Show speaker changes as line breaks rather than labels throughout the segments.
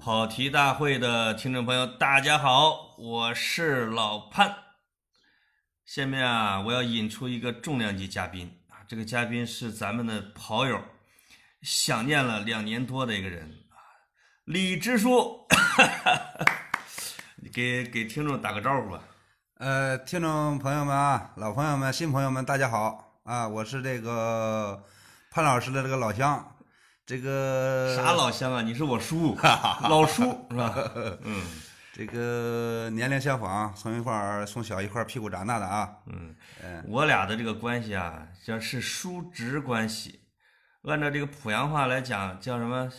跑题大会的听众朋友，大家好，我是老潘。下面啊，我要引出一个重量级嘉宾啊，这个嘉宾是咱们的跑友，想念了两年多的一个人啊，李支书， 给给听众打个招呼吧。
呃，听众朋友们啊，老朋友们、新朋友们，大家好啊！我是这个潘老师的这个老乡，这个
啥老乡啊？你是我叔，老叔是吧？嗯，
这个年龄相仿，从一块儿从小一块儿屁股长大的啊。
我俩的这个关系啊，叫是叔侄关系。按照这个濮阳话来讲，叫什么？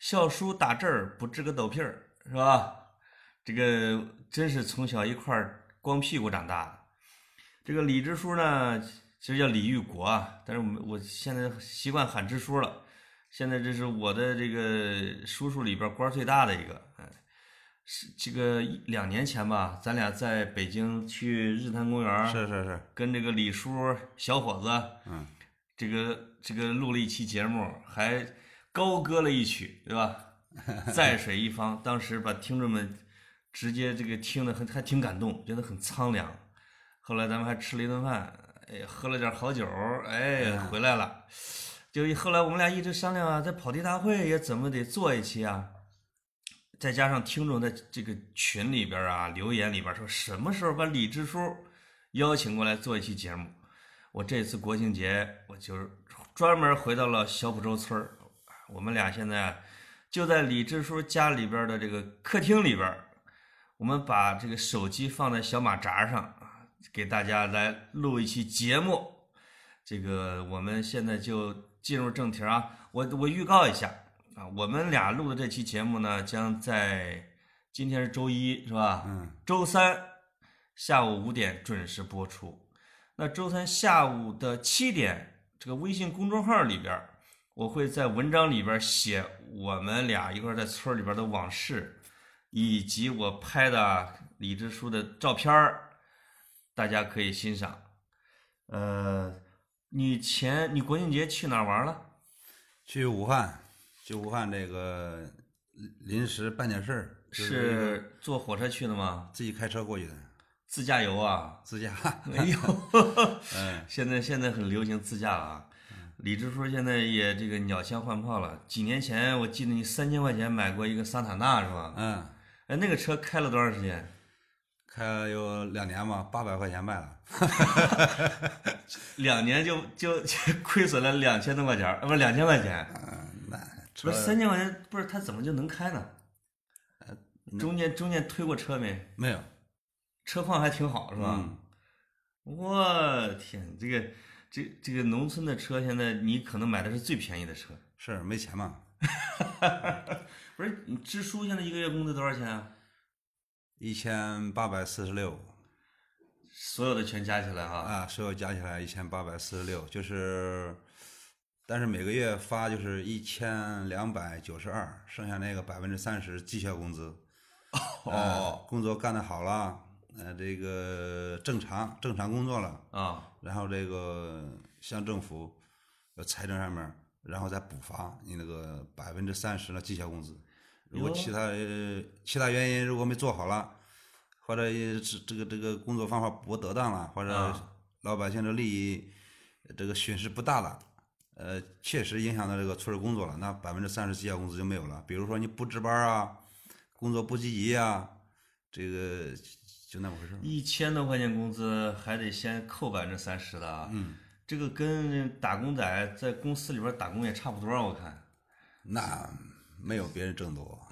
孝叔打这儿不治个抖屁儿，是吧？这个真是从小一块儿光屁股长大的。这个李支书呢，其实叫李玉国啊，但是我们我现在习惯喊支书了。现在这是我的这个叔叔里边官儿最大的一个，嗯，是这个一两年前吧，咱俩在北京去日坛公园儿
是是是，
跟这个李叔小伙子，
嗯，
这个这个录了一期节目，还高歌了一曲，对吧？在水一方，当时把听众们直接这个听得很还挺感动，觉得很苍凉。后来咱们还吃了一顿饭，哎，喝了点好酒，哎，回来了。就一后来我们俩一直商量啊，在跑题大会也怎么得做一期啊。再加上听众在这个群里边啊留言里边说，什么时候把李支书邀请过来做一期节目？我这次国庆节，我就是专门回到了小浦洲村儿。我们俩现在就在李支书家里边的这个客厅里边儿，我们把这个手机放在小马扎上啊，给大家来录一期节目。这个我们现在就进入正题儿啊，我我预告一下啊，我们俩录的这期节目呢，将在今天是周一，是吧？
嗯，
周三下午五点准时播出。那周三下午的七点，这个微信公众号里边儿，我会在文章里边儿写我们俩一块儿在村儿里边儿的往事，以及我拍的李支书的照片儿，大家可以欣赏。呃，你前你国庆节去哪儿玩了？
去武汉，去武汉这个临时办点事儿，就是
是坐火车去的吗？
自己开车过去的，
自驾游啊？
自驾。
哎 呦，
嗯，
现在现在很流行自驾了啊。李支书现在也这个鸟枪换炮了。几年前我记得你三千块钱买过一个桑塔纳是吧？
嗯，
哎，那个车开了多长时间？
开了有两年吧，八百块钱卖了。
两年就就就亏损了两千多块钱儿，啊不是两千块钱，
嗯，那
不
车
是三千块钱，不是他怎么就能开呢？中间中间推过车没？
没有
车况还挺好是吧？
嗯
我天，这个这这个农村的车，现在你可能买的是最便宜的车。
是没钱嘛？
不是，你支书现在一个月工资多少钱啊？
一千八百四十六。
所有的全加起来啊，
啊，所有加起来一千八百四十六，就是，但是每个月发就是一千两百九十二，剩下那个百分之三十绩效工资。
哦
呃工作干得好了，呃，这个正常正常工作了，
啊，
然后这个向政府、呃财政上面儿，然后再补发你那个百分之三十的绩效工资。如果
哟
其他呃其他原因如果没做好了，或者呃这这个这个工作方法不得当了，或者
啊
老百姓的利益呃这个损失不大了，呃，确实影响到这个村儿工作了，那百分之三十绩效工资就没有了。比如说你不值班啊，工作不积极啊，这个就那么回事儿。
一千多块钱工资还得先扣百分之三十的啊。嗯，这个跟打工仔在公司里边打工也差不多啊，我看。
那没有别人挣多。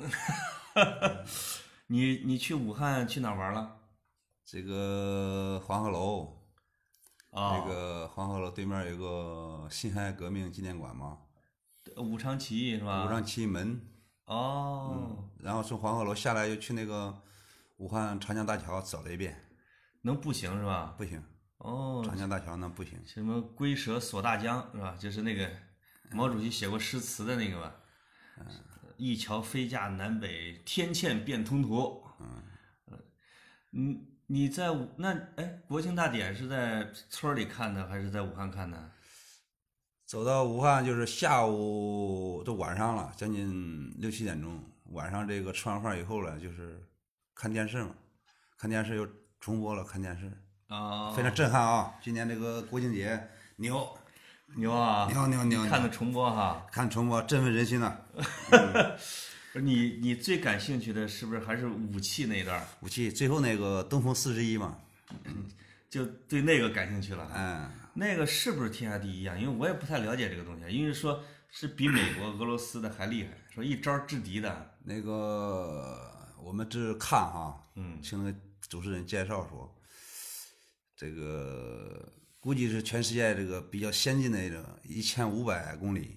你你去武汉去哪儿玩了？
这个黄鹤楼，
啊、
那个黄鹤楼对面有个辛亥革命纪念馆嘛，
个哦武昌起义是吧？
武昌嗯起义门，
哦。
然后从黄鹤楼下来又去那个武汉长江大桥走了一遍，
能步行是吧？
不行，
哦，
长江大桥那不行，
什么龟蛇锁大江是吧？就是那个毛主席写过诗词的那个吧？一桥飞架南北，天堑变通途。嗯，你你在武那哎，国庆大典是在村儿里看的还是在武汉看的？
走到武汉就是下午都晚上了，将近六七点钟，晚上这个吃完饭以后了，就是看电视嘛，看电视又重播了，看电视，
啊，
非常震撼啊！今年这个国庆节牛
牛啊！
牛牛牛，
看的重播哈，
看重播振奋人心呐、
不是你你最感兴趣的是不是还是武器那一段儿？
武器最后那个东风四十一嘛，
就对那个感兴趣了。
嗯，
那个是不是天下第一啊？因为我也不太了解这个东西，啊因为说是比美国、俄罗斯的还厉害，说一招制敌的。
那个我们这看哈，
嗯，
听那个主持人介绍说，这个估计是全世界这个比较先进的一种，一千五百公里，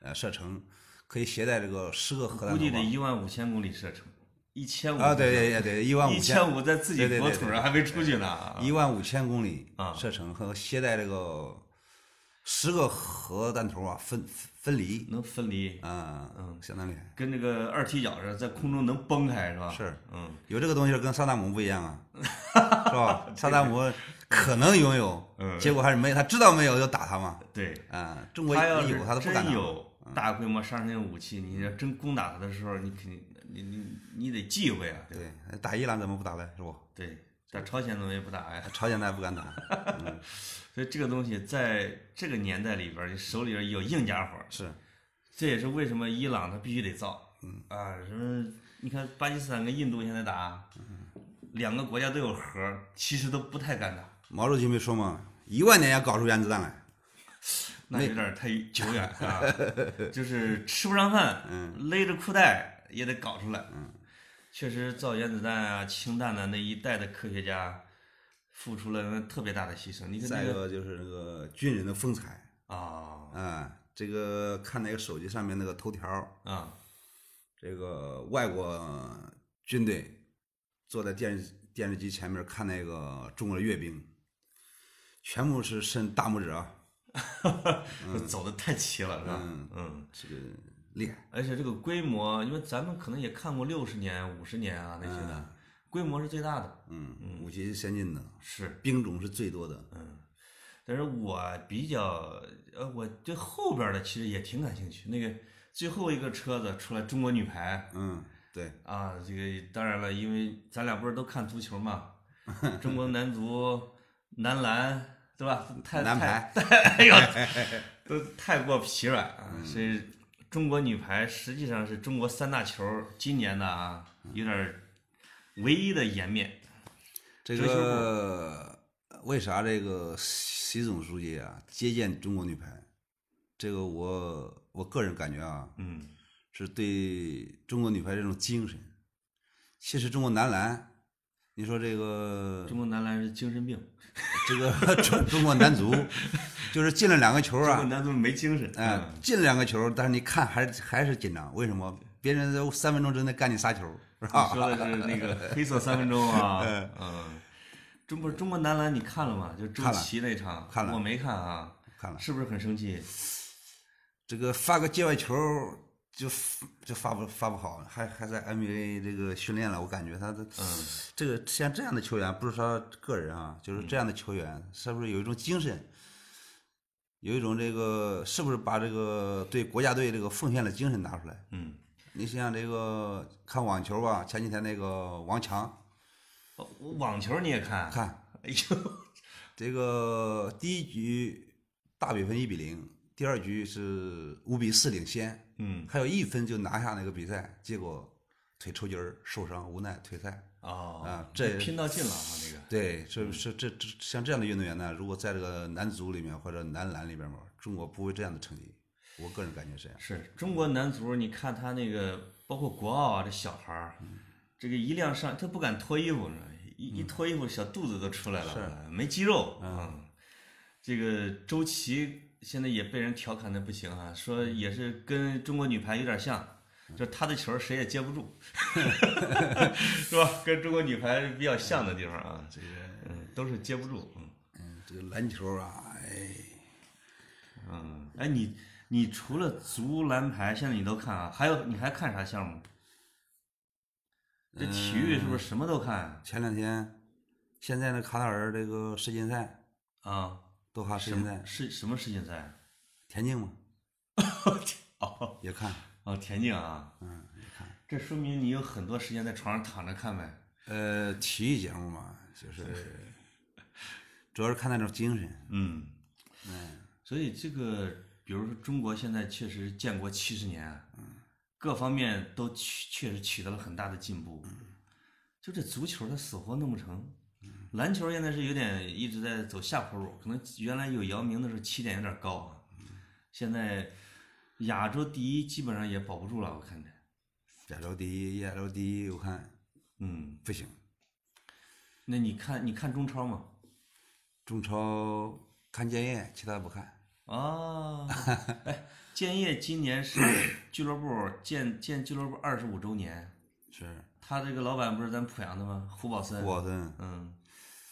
呃，射程，可以携带这个十个核弹
估计
头
得
吧。
一万五千公里射程，一千五
嗯啊，对对对对，一万
一
五千
千五在自己
对对
国
对
土
对
上还没出去呢啊。
一万五千公里
啊
射程和携带这个十个核弹头啊分分离
能分离，
啊，
嗯，
相当厉啊害。
跟那个二踢脚似的，在空中能崩开是吧？
是，
嗯
有这个东西跟萨达姆不一 样啊，是吧？萨达姆可能拥有，
嗯，
结果还是没，他知道没有就打他嘛。
对。
啊，中国
他要是
有他都不
真
敢嗯拿。
有大规模杀伤性武器，你要真攻打他的时候，你肯定你你你得忌讳啊，对吧
对，打伊朗怎么不打嘞？是不？
对，但朝鲜怎么也不打呀？
朝鲜咱也不敢打。嗯，
所以这个东西在这个年代里边儿，你手里边儿有硬家伙儿，
是
这也是为什么伊朗它必须得造。嗯啊，什么？你看巴基斯坦跟印度现在打，两个国家都有核儿，其实都不太敢打，
毛主席没说嘛，一万年也搞出原子弹来。
那有点儿太久远啊。 就是吃不上饭，勒着裤带也得搞出来。确实造原子弹啊、氢弹的那一代的科学家，付出了特别大的牺牲。你看那
再一
个
个就是那个军人的风采
啊
啊，这个看那个手机上面那个头条，
啊，
这个外国军队坐在电视电视机前面看那个中国的阅兵，全部是伸大拇指啊，
走的太齐了，是吧？
嗯
嗯
这个厉害。
而且这个规模，因为咱们可能也看过六十年、五十年啊那些的，规模是最大的。
嗯，武器是先进的，
是，
兵种是最多的。
但是我比较呃，我对后边的其实也挺感兴趣。那个最后一个车子出来，中国女排
嗯，对，
啊，这个当然了，因为咱俩不是都看足球嘛，中国男足、男篮，对吧？太
男
太
排。
哎呦，都太过疲软啊！
嗯
所以中国女排实际上是中国三大球今年的啊，
嗯
有点儿唯一的颜面。嗯
这
追求
个为啥这个习总书记啊接见中国女排？这个我我个人感觉啊，
嗯，
是对中国女排这种精神。其实中国男篮，你说这个
中国男篮是精神病，
这个 中中国男 足，就是进了两个球
中国
啊，
男足没精神。
哎、
嗯
进了两个球，但是你看还是哎还是紧张，为什么？别人在三分钟之内干你仨球，是吧？
你说的是啊那 个黑色三分钟啊，嗯，中不是中国男篮你看了吗？就周
看了
琦那场，
看了
我没看啊，
看了
是不是很生气？
这个发个界外球就就发不发不好，还还在 NBA 这个训练了，我感觉他的、
嗯
这个像这样的球员，不是说个人啊，就是这样的球员，
嗯
是不是有一种精神，有一种这个是不是把这个对国家队这个奉献的精神拿出来？
嗯，
你像这个看网球吧，前几天那个王强，
哦网球你也看？
看
哎呦，
这个第一局大比分一比零，第二局是五比四领先。
嗯，
还有一分就拿下那个比赛，结果腿抽筋儿受伤，无奈退赛。
哦，
啊这
拼到尽了啊，那个。
对，这是这这像这样的运动员呢，如果在这个男足里面或者男篮里面嘛，中国不会这样的成绩。我个人感觉是这样。
是中国男足，你看他那个，包括国奥啊，这小孩儿，这个一亮相他不敢脱衣服，一一脱衣服小肚子都出来了，没肌肉。嗯，这个周琦现在也被人调侃的不行啊，说也是跟中国女排有点像。就是他的球儿谁也接不住， 是吧？跟中国女排比较像的地方啊，这个嗯都是接不住。嗯
嗯，这个篮球啊，哎，
嗯，哎，你你除了足篮排，现在你都看啊？还有你还看啥项目？这体育是不是
嗯
什么都看啊？
前两天现在呢，卡塔尔这个世锦赛，
啊，
多哈世
什
锦
么
赛，
是什么世锦赛？
田径嘛
哦
也看，
哦，田径啊，
嗯，也看。
这说明你有很多时间在床上躺着看呗。
呃，体育节目嘛，就是 主要是看那种精神。
嗯，所以这个，比如说中国现在确实建国七十年，啊各方面都取确实取得了很大的进步，就这足球它死活弄不成，篮球现在是有点一直在走下坡路，可能原来有姚明的时候起点有点高啊，现在亚洲第一基本上也保不住了，我看着，
亚洲第一，亚洲第一，我看
嗯，
不行。
那你看你看中超吗？
中超看建业，其他不看。
啊，哎，建业今年是俱乐部建建俱乐部二十五周年，
是，
他这个老板不是咱濮阳的吗？胡宝森，
沃森，
嗯，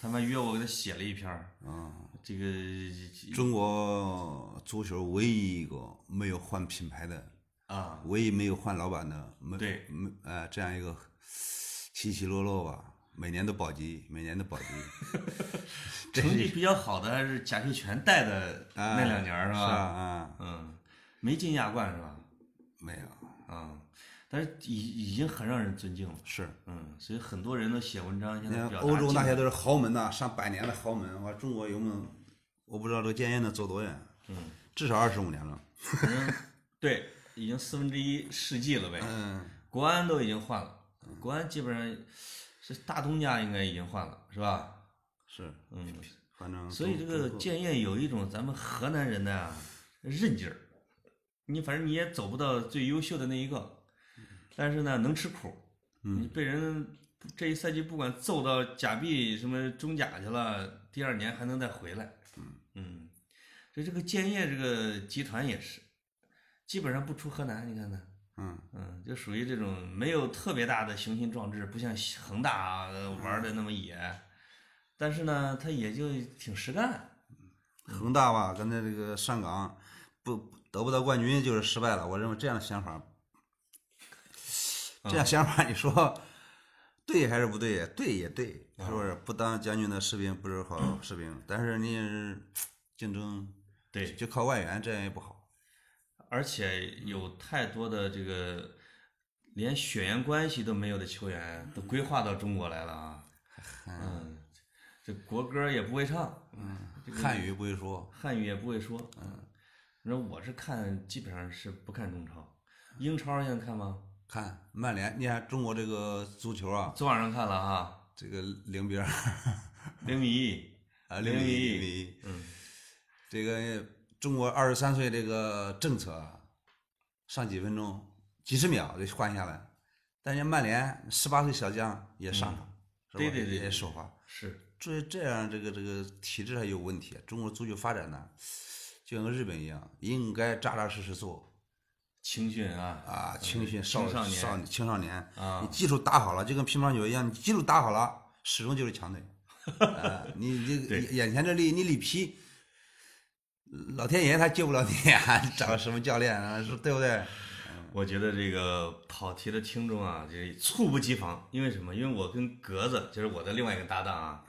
他们约我给他写了一篇儿
嗯，
这个
中国足球唯一一个没有换品牌的，
啊，
唯一没有换老板的，没
对
没呃这样一个起起落落吧，每年都保级，每年都 保级。
成绩比较好的还是贾秀全带的
啊
那两年儿
是
是
啊
吧？
啊，
嗯，没进亚冠是吧？
没有，
啊，但是已已经很让人尊敬了，
是。
嗯，所以很多人都写文章现
你
在
看
表达
欧洲那
敬
些都是豪门呐、上百年的豪门，我中国有没有？我不知道这个建业能走多远，
嗯，
至少二十五年了。
反正嗯对，已经四分之一世纪 了呗。
嗯，
国安都已经换了，国安基本上是大东家应该已经换了，是吧？
是，
嗯，
反正
所以这
中
个
中
建业有一种咱们河南人的啊韧劲儿，你反正你也走不到最优秀的那一个，但是呢能吃苦，你被人这一赛季不管揍到假币什么中甲去了，第二年还能再回来，嗯，所以这个建业这个集团也是，基本上不出河南，你看看。
嗯，
嗯，就属于这种没有特别大的雄心壮志，不像恒大啊呃玩的那么野，但是呢，他也就挺实干。
恒大吧，跟那这个上港不得不到冠军就是失败了。我认为这样的想法，这
嗯
样想法你说对还是不对？对也对，
嗯
是不是？不当将军的士兵不是 好士兵，但是你也是竞争
对，
就靠外援，这样也不好。
而且有太多的这个连血缘关系都没有的球员都规划到中国来了啊。嗯，这国歌也不会唱，嗯，
汉语不会说，
汉语也不会说。嗯，那我是看基本上是不看中超，英超现在看吗？
看曼联，你看中国这个足球啊，
昨晚上看了哈，
这个零比二
零比一。
啊，
零
零比
比
一，
一
零比一。
嗯，
这个中国二十三岁这个政策啊，上几分钟、几十秒就换下来。但人家曼联十八岁小将也上场，是吧？
嗯对对对
也首发。
是。
这这样这个这个体制还有问题。中国足球发展呢，就像日本一样，应该扎扎实实做
青训啊，
啊，青训少
青少年
少青少年
啊
你基础打好了，就跟乒乓球一样，你基础打好了，始终就是强 队。啊，你你
对
眼前这利你里皮，老天爷他救不了你、啊， 找什么教练啊？是对不对？
我觉得这个跑题的听众啊，这猝不及防，因为什么？因为我跟格子，就是我的另外一个搭档啊，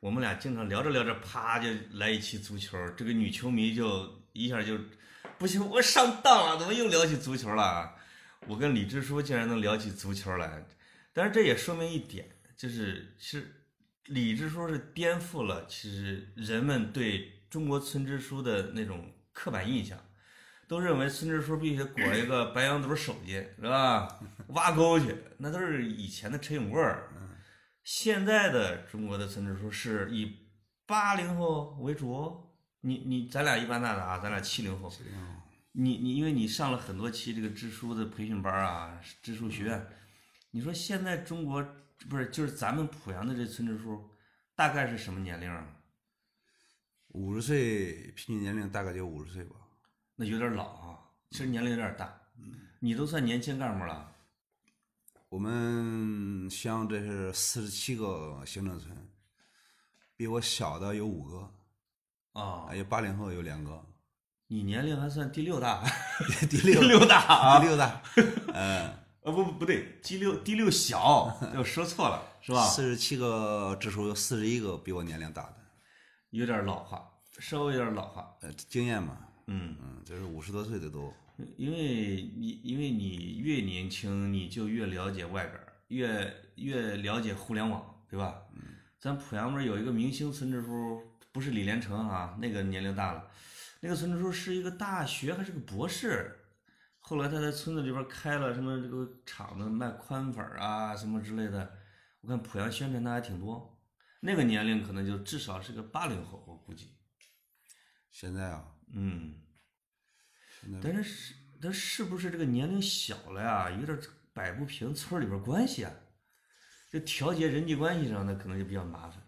我们俩经常聊着聊着，啪就来一期足球，这个女球迷就一下就不行，我上当了，怎么又聊起足球了啊？我跟李支书竟然能聊起足球来，但是这也说明一点，就是是李支书是颠覆了其实人们对中国村支书的那种刻板印象。都认为村支书必须裹一 个白羊肚手去，是吧？挖沟去，那都是以前的陈永贵儿。现在的中国的村支书是以八零后为主哦。你你咱俩一般大的啊，咱俩七零后。你你因为你上了很多期这个支书的培训班啊，支书学院，你说现在中国不是就是咱们濮阳的这村支书，大概是什么年龄啊？
五十岁平均年龄大概就五十岁吧。
那有点老啊，其实年龄有点大。你都算年轻干部了。啊
我们乡这是四十七个行政村，比我小的有五个，
啊
啊，，有八零后有两个，
你年龄还算第六大，
第 六
第六大啊，
第六大，嗯，
呃不不不对，第六第六 小，我说错了是吧？
四十七个支书有四十一个比我年龄大的，
有点老化，稍微有点老化。
呃，经验嘛，
嗯，
嗯，就是五十多岁的都，
因为你因为你越年轻，你就越了解外边儿，越越了解互联网，对吧？嗯，咱濮阳门有一个明星村支书，不是李连成啊，那个年龄大了，那个村支书是一个大学还是个博士，后来他在村子里边儿开了什么这个厂子卖宽粉儿啊什么之类的，我看濮阳宣传他还挺多。那个年龄可能就至少是个八零后，我估计。
现在啊，
嗯，
现在
但是是，但是不是这个年龄小了呀，有点摆不平村儿里边儿关系啊，这调节人际关系上呢，可能就比较麻烦。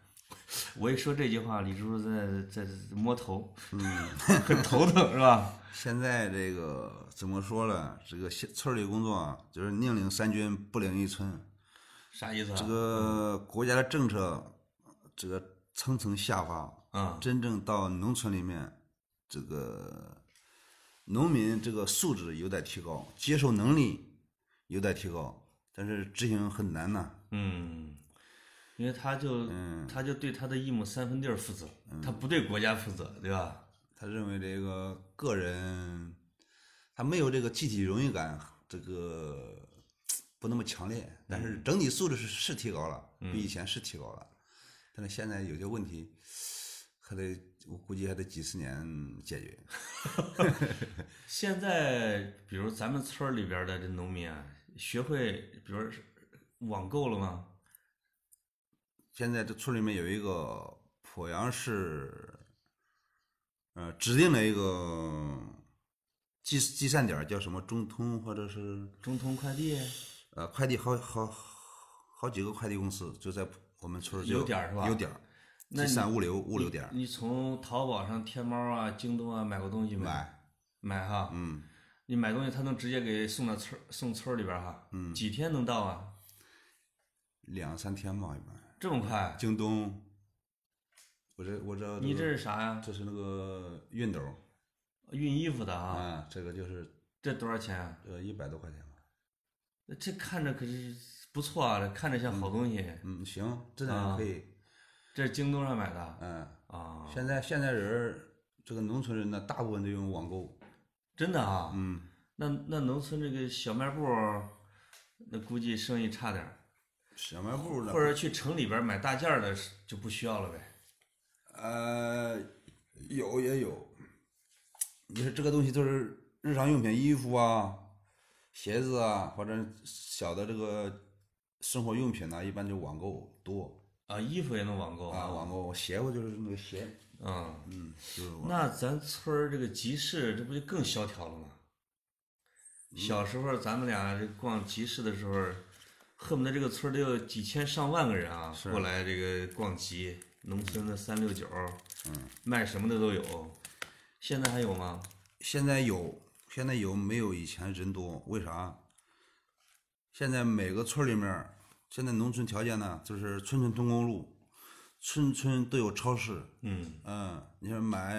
我一说这句话，李叔在在摸头，嗯，很 头疼是吧？
现在这个怎么说呢？这个县村里工作啊，就是宁领三军，不领一村。
啥意思啊？
这个国家的政策，这个层层下发，
啊，
真正到农村里面，这个农民这个素质有待提高，接受能力有待提高，但是执行很难呐、
嗯，因为他就、他就对他的一亩三分地儿负责，他不对国家负责，对吧？
他认为这个个人，他没有这个集体荣誉感，这个不那么强烈，但是整体素质是是提高了，比以前是提高了，但是现在有些问题还得，我估计还得几十年解决。
现在，比如咱们村儿里边儿的这农民啊，学会，比如是网购了吗？
现在这村里面有一个濮阳市，呃，指定的一个集集散点儿叫什么中通或者是
中通快递
呃，快递好好好几个快递公司就在我们村儿就
有点儿是吧
有点儿，
那
集
你
散物流物流点儿
你从淘宝上、天猫啊、京东啊买过东西没？
买，
买哈，
嗯，
你买东西他能直接给送到村儿送村儿里边儿哈，嗯，几天能到啊？
两三天吧一般。
这么快？啊
京东，我这我这
你这
这
是啥呀？
这是那个熨斗儿
熨衣服的啊？
啊，这个就是
这多少钱啊？
呃一百多块钱吧。
这看着可是不错啊，这看着像好东西。
嗯，行，质量可以，
这是京东上买的
嗯，
啊？
现在现在人儿这个农村人呢，大部分都用网购，
真的啊？
嗯，
那那农村这个小卖部儿，那估计生意差点儿，
小卖部呢
或，者去城里边儿买大件儿的是就不需要了呗。
呃，有也有，你说这个东西都是日常用品，衣服啊、鞋子啊，或者小的这个生活用品呢、一般就网购多
啊，衣服也能网购
啊，网购鞋我就是那个鞋，
嗯，
嗯，就是网
那咱村儿这个集市，这不就更萧条了吗？
嗯
小时候咱们俩这逛集市的时候，恨不得这个村儿得有几千上万个人啊，过来这个逛集，农村的三六九，嗯，卖什么的都有。现在还有吗？
现在有，现在有没有以前人多？为啥？现在每个村里面儿，现在农村条件呢，就是村村通公路，村村都有超市。
嗯
嗯，你说买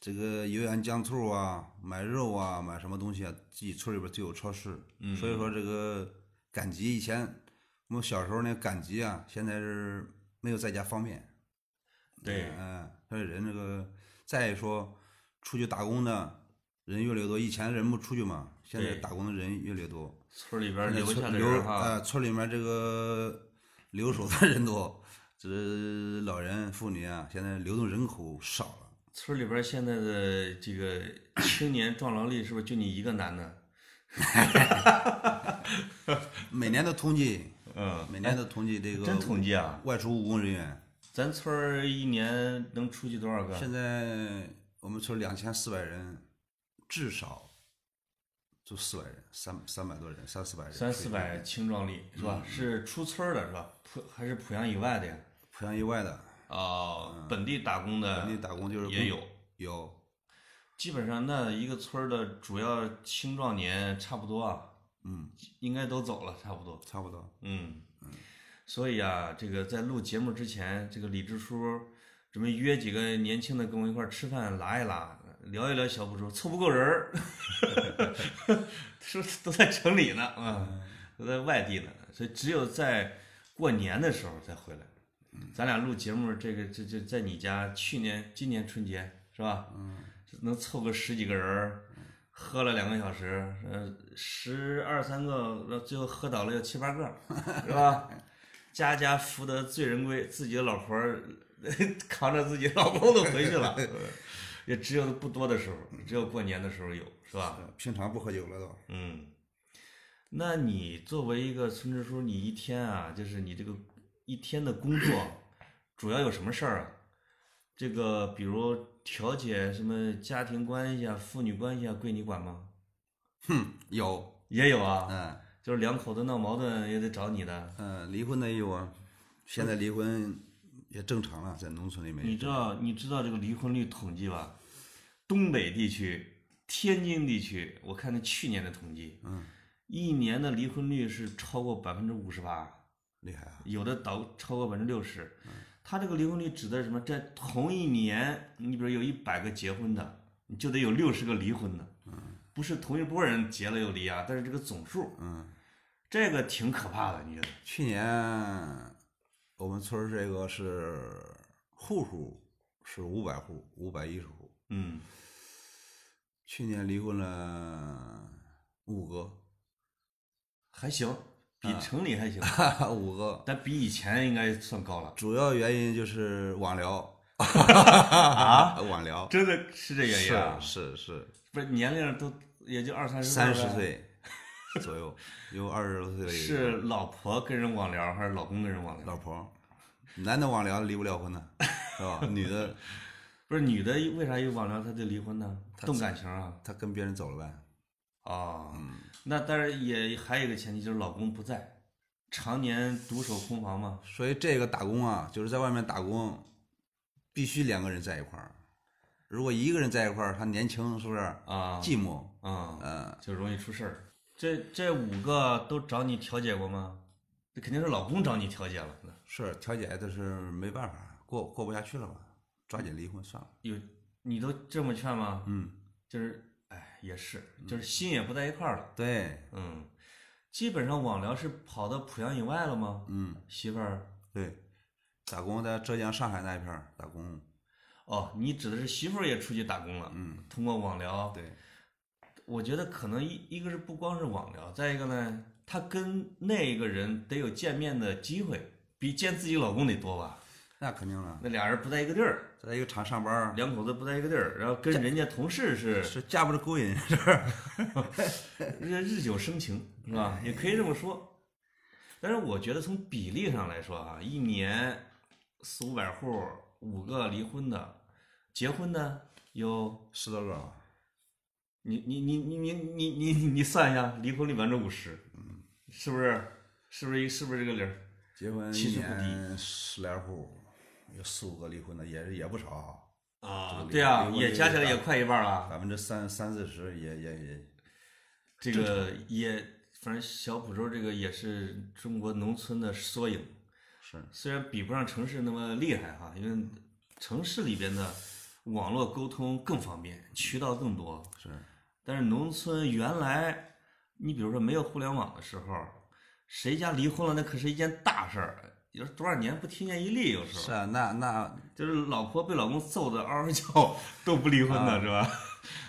这个油盐酱醋啊，买肉啊，买什么东西啊，自己村里边就有超市。嗯，所以说这个赶集以前我们小时候那赶集啊，现在是没有在家方便。
对
嗯，所以人这个再说出去打工的人越来越多，以前人不出去嘛，现在
对
打工的人越来越多。
村儿里边儿
那
留下
村
的
留
人哈，
呃村里面这个 留守的人多，这老人妇女啊，现在流动人口少了。
村儿里边儿现在的这个青年壮劳力是不是就你一个男的？
每年都统计，
嗯，
每年都统计这个
真统计啊！
外出务工人员。
咱村儿一年能出去多少个？
现在我们村两千四百人，至少就四百人，三三百多人，三四百人。
三四。百青壮力是吧？是出村儿的是吧？濮还是濮阳以外的呀？
濮阳以外的，
哦，本地打工的
本地打工就是
也有。
有
基本上那一个村儿的主要青壮年差不多啊，嗯，应该都走了，差不多。
差不多。
嗯，所以啊，这个在录节目之前，这个李支书准备约几个年轻的跟我一块儿吃饭拉一拉，聊一聊小不周，凑不够人儿，说都在城里呢，啊，都在外地呢，所以只有在过年的时候才回来。咱俩录节目，这个这这在你家去年今年春节是吧？嗯，能凑个十几个人儿，喝了两个小时，呃，十二三个，呃最后喝倒了有七八个，是吧？家家福得醉人归，自己的老婆儿 扛着自己老公都回去了，也只有不多的时候，只有过年的时候有，是吧？
呃平常不喝酒了都。
嗯，那你作为一个村支书，你一天啊，就是你这个一天的工作，主要有什么事儿啊？这个比如调解什么家庭关系啊、父女关系啊，归你管吗？
哼，有，
也有啊，
嗯
就是两口子闹矛盾也得找你的。
嗯，离婚的也有啊，现在离婚也正常了，在农村里面。
你知道你知道这个离婚率统计吧？东北地区、天津地区，我看那去年的统计，
嗯，
一年的离婚率是超过百分之五十八。
厉害啊！
有的倒超过百分之六十。
嗯
他这个离婚率指的是什么？在同一年，你比如有一百个结婚的，你就得有六十个离婚的。
嗯
不是同一波人结了又离啊，但是这个总数，
嗯，
这个挺可怕的，你觉得？
去年我们村儿这个是户数是五百户，五百一十户。
嗯，
去年离婚了五个，
还行，比
嗯
城里还 行，
五个。
但比以前应该算高了。
主要原因就是网聊啊， 网聊
真的是这原因啊？
是是
不是年龄都也就二三
是
十，
三十。岁左右，有二十多岁的也有
是老婆跟人网聊，还是老公跟人网聊？
老婆儿，男的网聊离不了婚呢，是吧？女的
不是女的为啥一网聊她就离婚呢？
她
动感情啊？
她跟别人走了呗，啊
哦，
嗯
那当然也还有一个前提就是老公不在，常年独守空房嘛。
所以这个打工啊，就是在外面打工，必须两个人在一块儿。如果一个人在一块儿，他年轻是不是
啊
寂寞，
嗯，
嗯，
就容易出事儿。这这五个都找你调解过吗？这肯定是老公找你调解了。
是调解的是没办法，过过不下去了吧，抓紧离婚算了。
有你都这么劝吗？
嗯，
就是哎，也是，就是心也不在一块儿了。
对，
嗯，基本上网聊是跑到濮阳以外了吗？
嗯，
媳妇儿，
对，打工在浙江、上海那一片儿打工，
哦，你指的是媳妇儿也出去打工了，
嗯，
通过网聊。
对，
我觉得可能一一个是不光是网聊，再一个呢，她跟那个人得有见面的机会，比见自己老公得多吧？
那肯定了，
那俩人不在一个地儿，
在一个厂上班儿
两口子不在一个地儿，然后跟人家同事是
是架不着勾引，
日日久生情，是吧？也可以这么说。但是我觉得从比例上来说啊，一年四五百户，五个离婚的，结婚呢有
十多个吧，
你你你你你你你你算一下，离婚率百分之五十，是不是？是不是一是不是这个理儿？
结婚
其
一
实不低
年十来户，有四五个离婚的，也是也不少，
啊
这个
对啊，
离婚
也
率
加起来
大
也快一半了。
百分之三三四十也也也
这个也，反正小浦州这个也是中国农村的缩影，
是
虽然比不上城市那么厉害哈，因为城市里边的网络沟通更方便，渠道更多。
是，
但是农村原来，你比如说没有互联网的时候，谁家离婚了那可是一件大事儿，有多少年不听见一例，有时候
是啊，那那
就是老婆被老公揍的嗷嗷叫都不离婚
啊
的是吧？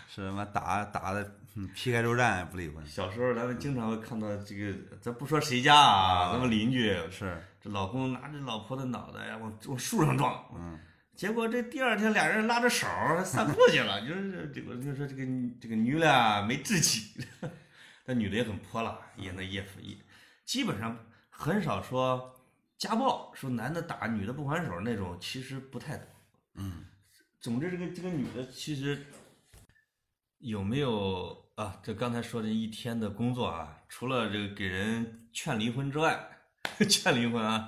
是嘛打打的嗯皮开肉绽也不离婚，
小时候咱们经常会看到这个，咱不说谁家啊，咱们邻居
是
这老公拿着老婆的脑袋呀往往树上撞，嗯，结果这第二天俩人拉着手儿散步去了，就是这个就说这个这个女的啊没志气， 但女的也很泼辣，也那也也基本上很少说家暴，说男的打女的不还手那种，其实不太多，嗯，总之这个这个女的其实有没有啊？这刚才说的一天的工作啊，除了这个给人劝离婚之外， 劝离婚啊，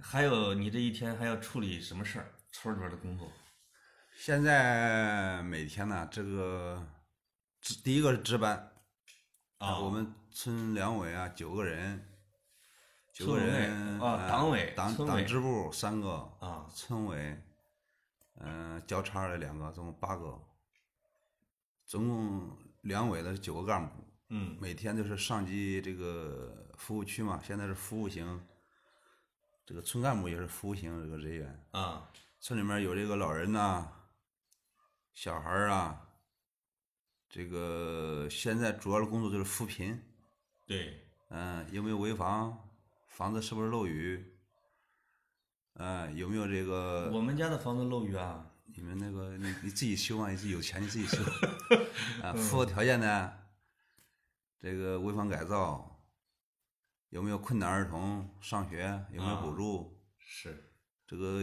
还有你这一天还要处理什么事儿？村里边的工作，
现在每天呢，这个值第一个是值班
啊
我们村两委啊九个人，九个
村委
人
啊
呃
党委
党
村委
党支部三个
啊
村委，嗯、交叉的两个，总共八个，总共两委的九个干部，
嗯
每天就是上级这个服务区嘛，现在是服务型，这个村干部也是服务型这个人员，
啊
村里面有这个老人呐、小孩儿啊，这个现在主要的工作就是扶贫，
对，
嗯，有没有违房？房子是不是漏雨？嗯，有没有这个？
我们家的房子漏雨啊，
你们那个你你自己修啊，你自己有钱你 自己修啊。符合条件的，这个违房改造，有没有困难儿童上学？有没有补
啊
助？
是，
这个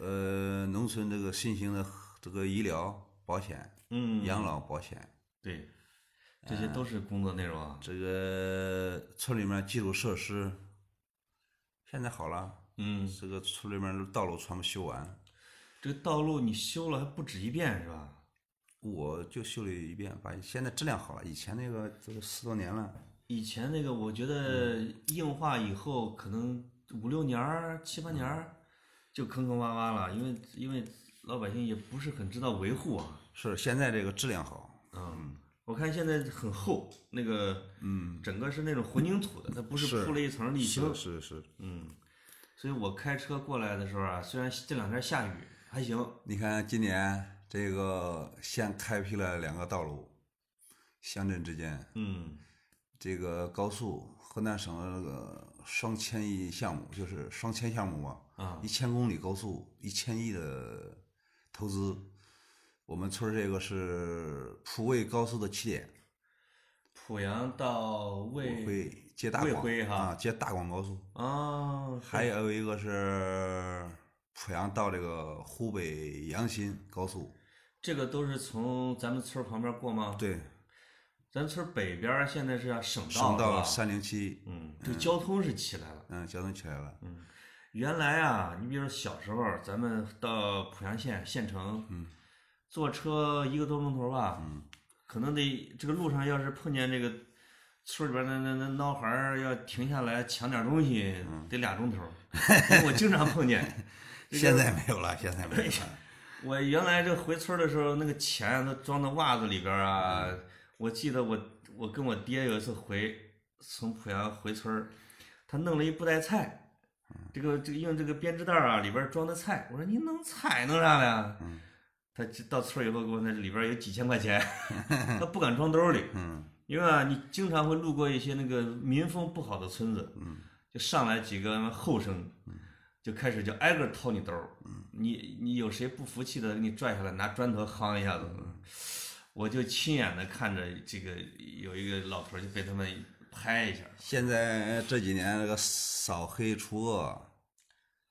呃，农村这个新型的这个医疗保险、
嗯，
养老保险，
对，这些都是工作内容啊，
这个村里面基础设施现在好了。
嗯，
这个村里面的道路全部修完，
这个道路你修了还不止一遍是吧？
我就修了一遍，把现在质量好了，以前那个这个十多年了，
以前那个我觉得硬化以后，可能五六年儿、七八年儿就坑坑洼洼了，因为因为老百姓也不是很知道维护啊。
是现在这个质量好，
嗯，我看现在很厚，那个嗯，整个是那种混凝土的，它不是铺了一层沥青
是。是是，
嗯，所以我开车过来的时候啊，虽然这两天下雨，还行。
你看今年这个县开辟了两个道路，乡镇之间，
嗯，
这个高速河南省的那个双千亿项目，就是双千项目嘛，
啊，
一千公里高速，一千亿的投资，我们村儿这个是普卫高速的起点。
濮阳到
我
渭
会接大
魏
广
辉哈
啊，接大广高速，
啊，
还有一个是濮阳到这个湖北阳新高速，
这个都是从咱们村儿旁边过吗？
对，
咱村儿北边儿现在是要省道
省道
是吧？
三零七，
嗯，对，交通是起来了。
嗯，交通起来了，
原来啊，你比如说小时候，咱们到濮阳县县城，坐车一个多钟头吧，可能得这个路上要是碰见这个村里边的那那那孬孩儿要停下来抢点东西，得俩钟头，因为我经常碰见。
现在没有了，现在没
哎
有了，
我原来这回村儿的时候，那个钱啊都装到袜子里边儿啊。我记得我我跟我爹有一次回从濮阳回村儿，他弄了一布袋菜，这个这个用这个编织袋儿啊里边儿装的菜。我说你弄菜弄啥呀？啊他这到村儿以后给我那里边儿有几千块钱，他不敢装兜里，
嗯，
因为啊你经常会路过一些那个民风不好的村子，就上来几个后生，就开始就挨个掏你兜儿，
嗯
你你有谁不服气的，给你拽下来，拿砖头夯一下子。
嗯
我就亲眼的看着这个有一个老头儿就被他们拍一下，
现在这几年这个扫黑除恶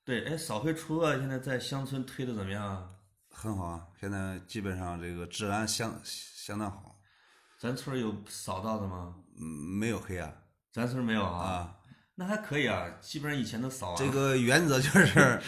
对，哎，扫黑除恶现在在乡村推的怎么样啊？
很好啊，现在基本上这个治安相相当好，
咱村儿有扫到的吗？
嗯，没有黑啊，
咱村儿没有啊，
啊，
那还可以啊，基本上以前都扫完
这
了。
个原则就是，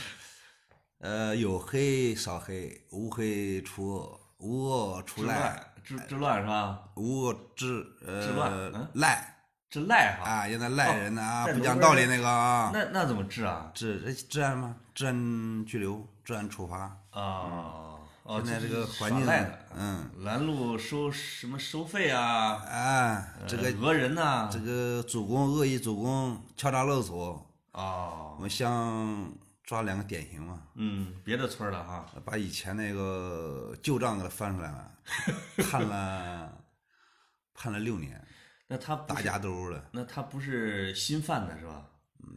呃，有黑扫黑，无黑除恶，无恶除
治
赖，
乱治治乱是吧？
无恶治
治乱
呃
嗯
赖
治赖哈，
啊，让他赖人呐啊，
在
不
农
讲
村
道
这
理那个啊，
那那怎么治啊？
治这治安嘛，治安拘留，治安处罚。
啊，哦，
嗯现在
就
这
是
个
耍
环境
赖的，，
嗯，
拦路收什么收费啊？
啊，
呃
这个
讹人呐、
这个主攻恶意主攻敲诈勒索，我
哦，
们像抓两个典型嘛，
嗯，别的村儿的哈，
把以前那个旧账给他翻出来了，判了判了六年，
那他不
大
是
家都了，
那他不是新犯的是吧？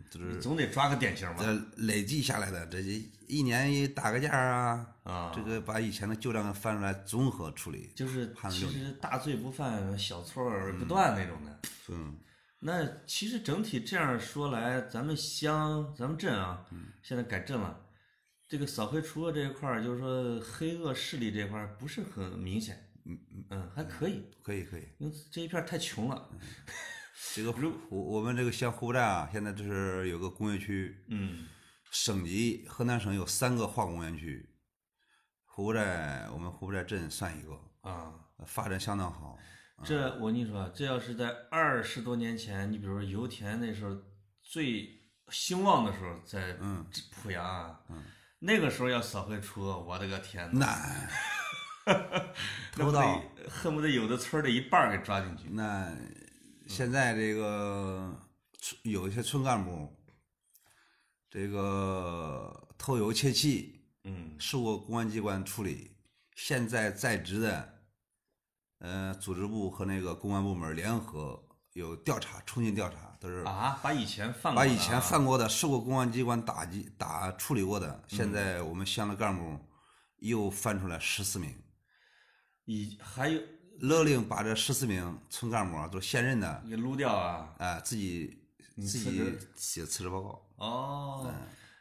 就是
你总得抓个典型吧？
这累计下来的，这一年一打个架啊，
啊，
这个把以前的旧账给翻出来，综合处理。
就是
判了
其
六
实大罪不犯，小错儿不断那种的。
嗯，
那其实整体这样说来，咱们乡、咱们镇啊，现在改镇了，这个扫黑除恶这一块儿，就是说黑恶势力这一块儿不是很明显，嗯嗯，还可以，
可以可以。
因为这一片儿太穷了，
这个湖我们这个县户部站啊，现在就是有个工业区，
嗯
省级河南省有三个化工园区，湖部寨我们湖部寨镇算一个，
啊，
呃发展相当好。
这我跟你说啊，这要是在二十多年前，你比如说油田那时候最兴旺的时候，在
嗯
这濮阳啊，那个时候要扫黑除恶，我的个天呐，
那
那不得
偷盗
恨不得有的村儿的一半儿给抓进去，
那现在这个村有一些村干部，这个偷油窃气
嗯
嗯受过公安机关处理，现在在职的，呃，组织部和那个公安部门联合有调查，重新调查，都是
啊，把以前犯过
把
的啊
以前犯过的、受过公安机关打击、打处理过的，现在
嗯
我们乡的干部又翻出来十四名，
以还有
勒令把这十四名村干部啊，都是现任的，
给撸掉啊，
哎、自己
你
自
辞
己
职
写辞职报告，
哦，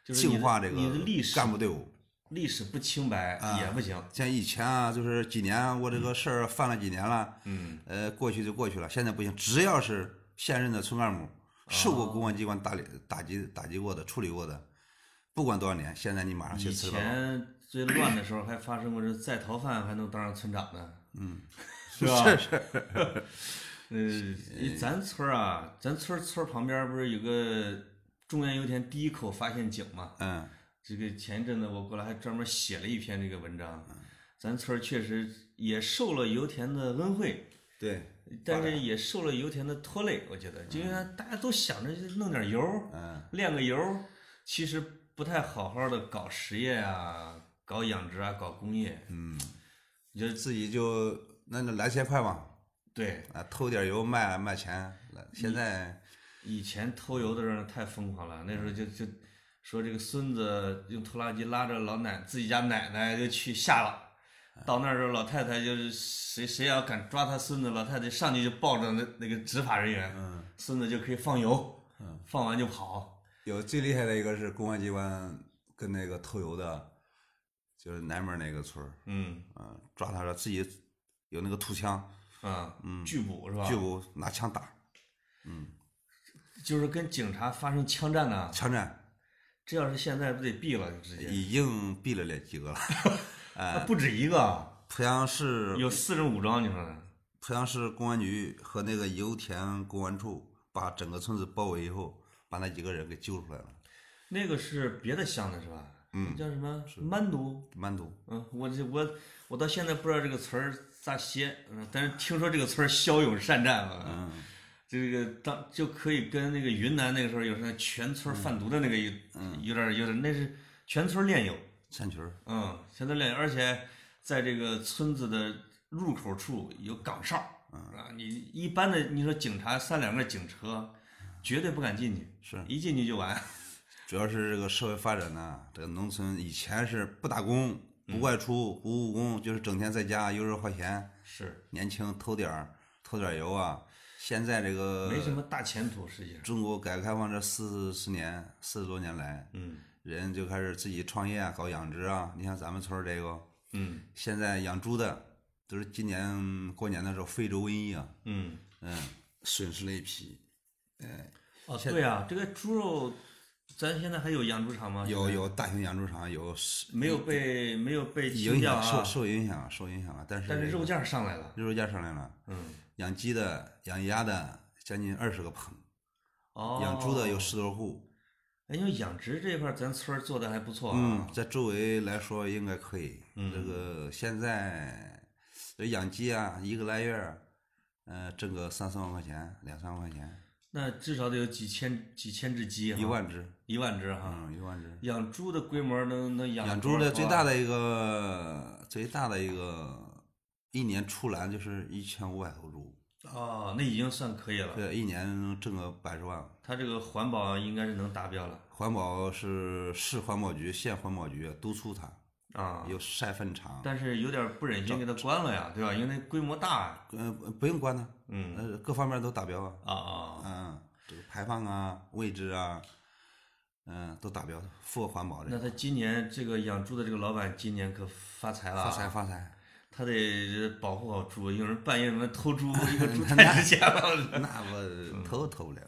就是你的
嗯净化这
你的历
个
史
干部啊队伍。
历史不清白也不行，
像以前啊，就是几年我这个事儿犯了几年了，
嗯，
呃，过去就过去了。现在不行，只要是现任的村干
哦
部受过公安机关打理、打击、打击过的、处理过的，不管多少年，现在你马上去
以
辞职报告。
前最乱的时候还发生过这在逃犯还能当上村长呢，嗯， 是吧？
是是，
呃，咱村儿啊，咱村儿村儿旁边儿不是有个中原油田第一口发现井嘛？
嗯，
这个前一阵子我过来还专门写了一篇这个文章。
嗯
咱村儿确实也受了油田的恩惠，
对，
但是也受了油田的拖累。我觉得，就因为大家都想着就弄点油，
嗯，
炼个油，其实不太好好的搞实业啊，搞养殖啊，搞工业。嗯，你就
自己就那那来钱快嘛，
对，
啊，偷点油卖卖钱。来现在
以前偷油的人太疯狂了，那时候就就说这个孙子用拖拉机拉着老奶自己家奶奶就去下了，到那儿之后老太太就是谁谁要敢抓他孙子，老太太上去就抱着那那个执法人员，孙子就可以放油，放完就跑，
有最厉害的一个是公安机关跟那个偷油的，就是南门那个村儿，
嗯
嗯，抓他了，自己有那个土枪，
啊，拒捕是吧？
就拿枪打
就是跟警察发生枪战呢、
枪战，
这要是现在不得毙了就直接，
已经毙了那几个了。
那不止一个，
濮阳市
有四人武装，你说呢？
濮阳市公安局和那个油田公安处把整个村子包围以后，把那几个人给揪出来了。
那个是别的乡的是吧？嗯，叫什么？曼都。
蛮多，
嗯，我这我我到现在不知道这个词儿咋写，嗯，但是听说这个词儿骁勇善战嘛，嗯，这个当就可以跟那个云南那个时候有时候全村贩毒的那个有、有点有点那是全村练友，
山群儿
嗯，全村练友，而且在这个村子的入口处有岗哨，
嗯
啊，你一般的你说警察三两个警车，绝对不敢进去，
是
一进去就完，
主要是这个社会发展呢，这个农村以前是不打工、
嗯
不外出、不务工，就是整天在家游手好闲，
是
年轻偷点儿偷点儿油啊。现在这 个
没什么大前途，实际上，
中国改革开放这四十年、四十多年来，
嗯
人就开始自己创业啊，搞养殖啊。你像咱们村儿这个，
嗯
现在养猪的都是今年过年的时候非洲瘟疫啊，
嗯。
嗯，损失了一批。
哦，对啊，这个猪肉，咱现在还有养猪场吗？
有有大型养猪场有是
没有被没有被
影
清掉
响，受
啊？
受影响，受影响了。啊但是
但是
这个
肉价上来了。
肉价上来了，
嗯，
养鸡的、养鸭的将近二十个棚，
哦，
养猪的有。十多户。
哎，因为养殖这一块儿咱村儿做的还不错
嗯
啊。，
在周围来说应该可以。
嗯
这个现在这养鸡啊，一个来月儿，呃，挣个三四万块钱，两三万块钱，
那至少得有几千几千只鸡哈，
一万只，
一万只哈。
嗯，一万只。
哦养猪的规模能能养
养猪的最大
的
的一个最大的一个一年出栏就是一千五百头猪，
哦，那已经算可以了。
对，一年能挣个百十万。
它这个环保应该是能达标了
环保是市环保局、县环保局督促它，
啊，
有晒粪场，
但是有点不忍心给它关了呀，对吧？因为那规模大呀。
呃，不用关它，
嗯
呃，各方面都达标啊。
啊啊，
嗯，这个排放啊、位置啊，嗯，都达标的，符合环保
那
的，
他今年这个养猪的这个老板今年可发财了啊，
发财发 财。
他得保护好猪，有人半夜们偷 猪，一个猪太值钱了。
那
嗯
我投都投不了。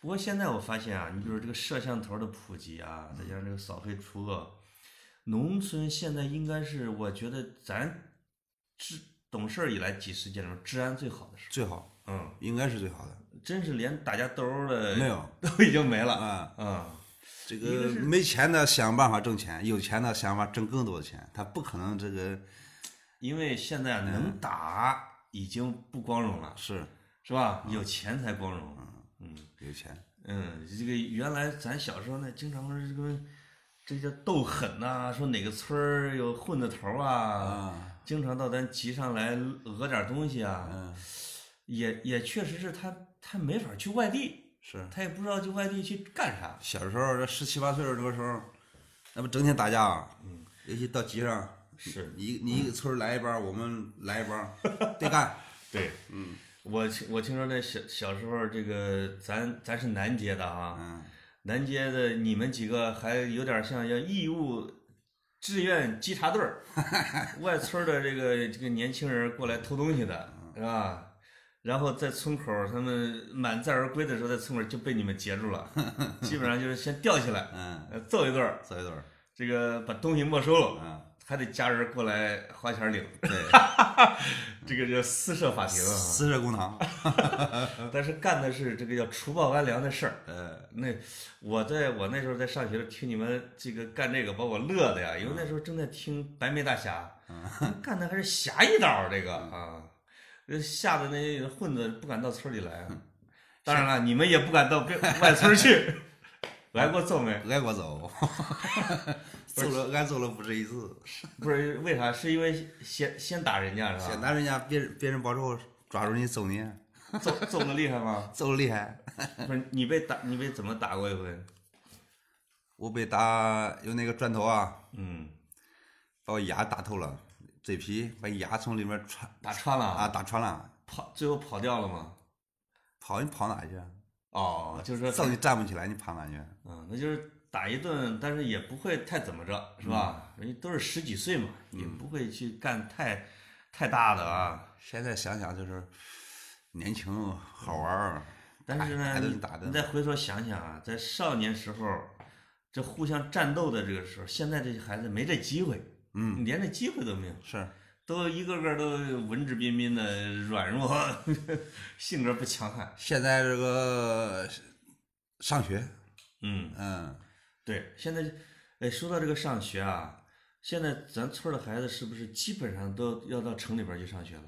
不过现在我发现啊，你比
嗯
如这个摄像头的普及啊，再加上这个扫黑除恶，农村现在应该是我觉得咱治懂事儿以来几十年中治安最好的时候。
最好
嗯，
应该是最好的，
真是连打架斗殴的
没有
都已经没了。
啊。
嗯，
这
一
个
个是
没钱的想办法挣钱，有钱的想办法挣更多的钱，他不可能这个
因为现在啊能
嗯
打已经不光荣了，
是
是吧？
嗯
有钱才光荣。嗯。
有钱。
嗯，这个原来咱小时候呢，经常说这个这叫斗狠呐、说哪个村儿有混子头啊，经常到咱集上来讹点东西啊，
嗯，
也也确实是他他没法去外地，
是。
他也不知道去外地去干啥。
小时候这十七八岁儿那个时候，那不整天打架、啊，嗯，尤其到集上，
是
你你一个村儿来一帮儿，我们来一帮 儿，对干，
对，嗯，我听我听说那小小时候，这个咱咱是南街的啊，
嗯，
南街的你们几个还有点像要义务志愿稽查队儿，外村儿的这个这个年轻人过来偷东西的，是吧？然后在村口儿，他们满载而归的时候，在村口儿就被你们截住了，基本上就是先吊起来，
嗯，
呃揍一顿儿，
走一段儿，
这个把东西没收了，
嗯，
还得家人过来花钱领，
对，
这个叫私设法庭啊。
私设公堂，
但是干的是这个叫除暴安良的事儿。
呃，
那我在我那时候在上学的时候听你们这个干这个，把我乐的呀，因为那时候正在听《白眉大侠》，
嗯
干的还是侠义道儿这个啊，呃吓得那混子不敢到村里来啊。
嗯
当然了，你们也不敢到别外村儿去，来过揍没？
挨过揍， 揍了挨揍了不止一次，
不是为啥？是因为先先打人家是
先
吧？
拿人家别人别人包住抓住你揍你，
揍揍的厉害吗？
揍厉害，
不是你被打，你被怎么打过一回？
我被打用那个砖头啊，
嗯，
把我牙打透了，嘴皮把牙从里面穿
打穿了
啊，打穿了，
跑最后跑掉了吗？
跑你跑哪去啊？
哦，就是说
揍你站不起来，你跑哪去？啊
嗯，那就是打一顿，但是也不会太怎么着，是吧？
嗯
人家都是十几岁嘛，也不会去干太太大的啊。
现在想想就是年轻好玩儿，
但是呢，
打一顿
你
打一顿
你再回头想想啊，在少年时候，这互相战斗的这个时候，现在这些孩子没这机会，
嗯，
连这机会都没有，
是
都一个个都文质彬彬的软弱， 性格不强悍。
现在这个上学，
嗯，
嗯，
对，现在，哎，说到这个上学啊，现在咱村儿的孩子是不是基本上都要到城里边儿去上学了？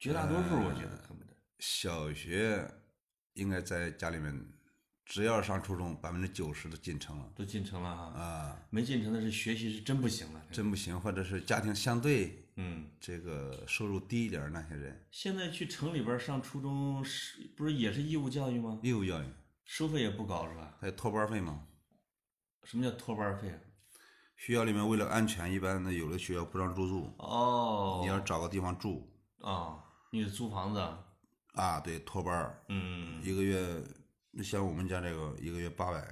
绝大多数我觉得
呃
恨不得。
小学应该在家里面，只要上初中，百分之九十都进城了
都进城了哈，
啊，
没进城的是学习是真不行了。
真不行，或者是家庭相对
嗯，
这个收入低一点儿那些人，
现在去城里边儿上初中是不是也是义务教育吗？
义务教育
收费也不高是吧？
还有托班儿费嘛。
什么叫托班儿费啊？
学校里面为了安全，一般的有的学校不让入住，
哦，
你要是找个地方住
啊，你租房子啊，
啊，对，托班儿
嗯，
一个月，那像我们家这个一个月八百，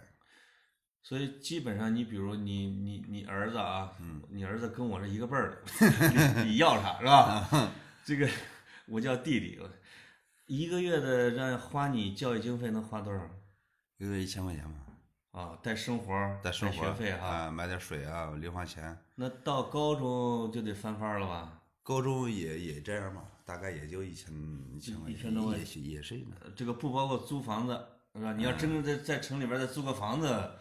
所以基本上，你比如你你你儿子啊，你儿子跟我是一个辈儿的，你你 要啥是吧？ 这个我叫弟弟，我一个月的让花你教育经费能花多少
一个月一千块钱吧，
啊？带生活儿，
在生活
学费哈、
啊，买点水啊，零花钱。
那到高中就得翻番儿了吧？
高中也也这样嘛，大概也就一千一千块
一
钱
千多块，
也是也是呢。
呃这个不包括租房子是吧？你要真正在在城里边儿再租个房子，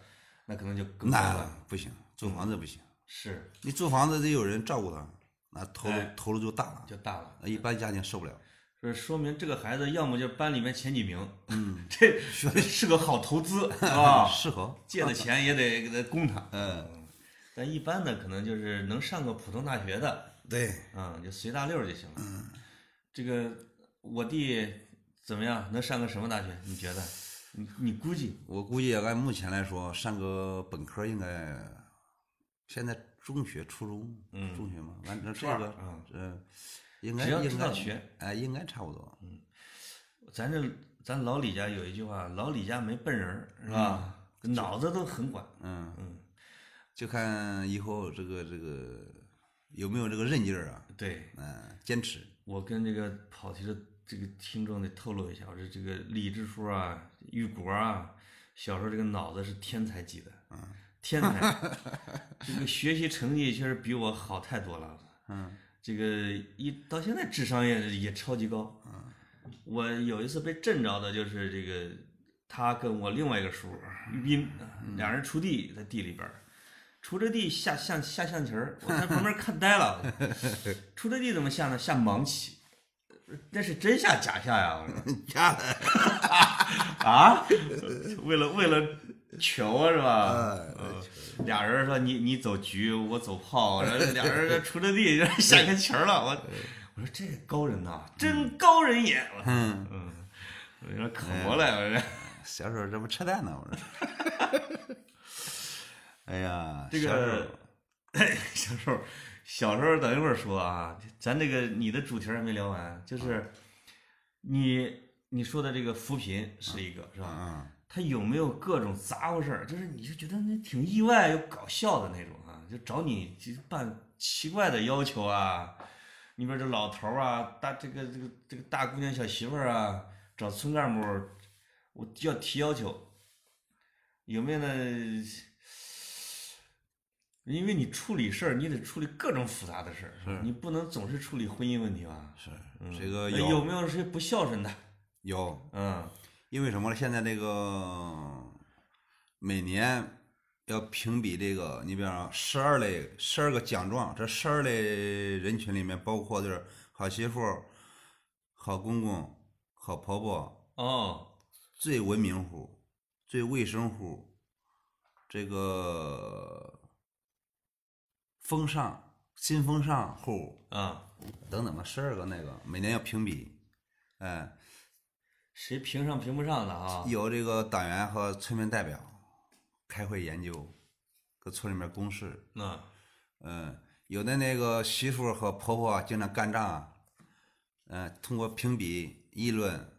那可能就更高
那
了。
不行，租房子不行，
是，
你租房子得有人照顾他，那投入
哎
投入就大了，
就大了。
那一般家庭受不了。
这说明这个孩子要么就班里面前几名，嗯， 这是个好投 资，是吧？
适合，
借的钱也得给他供他。
嗯，
但一般的可能就是能上个普通大学的，
对，
嗯，就随大溜儿就行了。这个我弟怎么样？能上个什么大学？你觉得？你你估计？
我估计按目前来说，上个本科应该，现在中学、初中，中学嘛，完正这
嗯二啊
个，嗯，应该
只要
应
知
该
道学，
哎，应该差不多。
咱这咱老李家有一句话，老李家没笨人儿，是吧？脑子都很管。
嗯，就看以后这个这个有没有这个韧劲儿啊，
对，
嗯，坚持，
我跟这个跑题的这个听众得透露一下，我说这个李支书啊、玉国啊，小时候这个脑子是天才级的，嗯，天 才，这个学习成绩确实比我好太多了，嗯，这个一到现在智商也也超级高，嗯，我有一次被震着的就是这个他跟我另外一个叔玉斌，俩人锄地在地里边儿。锄着地下象下象棋儿，我在旁 边看呆了。锄着地怎么下呢？下盲棋，那是真 下假下呀？我说
家的
啊，为了为了球是吧？
哎
嗯俩人说你你走局，我走炮，然后俩人锄着地下个棋儿了。我我说这高人呐，真高人也。我说
嗯，
嗯，我有点可不了，我这
小手这不扯淡呢，我说。 哎呀，
这
小
个
手
小时候，小时候等一会儿说啊，咱这个你的主题还没聊完，就是你你说的这个扶贫是一个是吧？
嗯，
他有没有各种杂货事儿？就是你就觉得那挺意外又搞笑的那种啊，就找你就办奇怪的要求啊。你比如这老头儿啊，大这个这个这个大姑娘小媳妇儿啊，找村干部，我要提要求，有没有呢？因为你处理事儿，你得处理各种复杂的事儿，
是
你不能总是处理婚姻问题吧？
是
嗯
这个
那有没有谁不孝顺的？
有
嗯，
因为什么呢？现在这个每年要评比这个，你比方十二类十二个奖状，这十二类人群里面包括就是好媳妇、好公公、好婆婆、
哦，
最文明户、最卫生户、这个风尚新风尚户
啊、
等等吧，十二个那个每年要评比，哎。
谁评上评不上的啊？
有这个党员和村民代表开会研究，搁村里面公示。
那
嗯，有的那个媳妇和婆婆经常干仗，啊嗯，通过评比议论，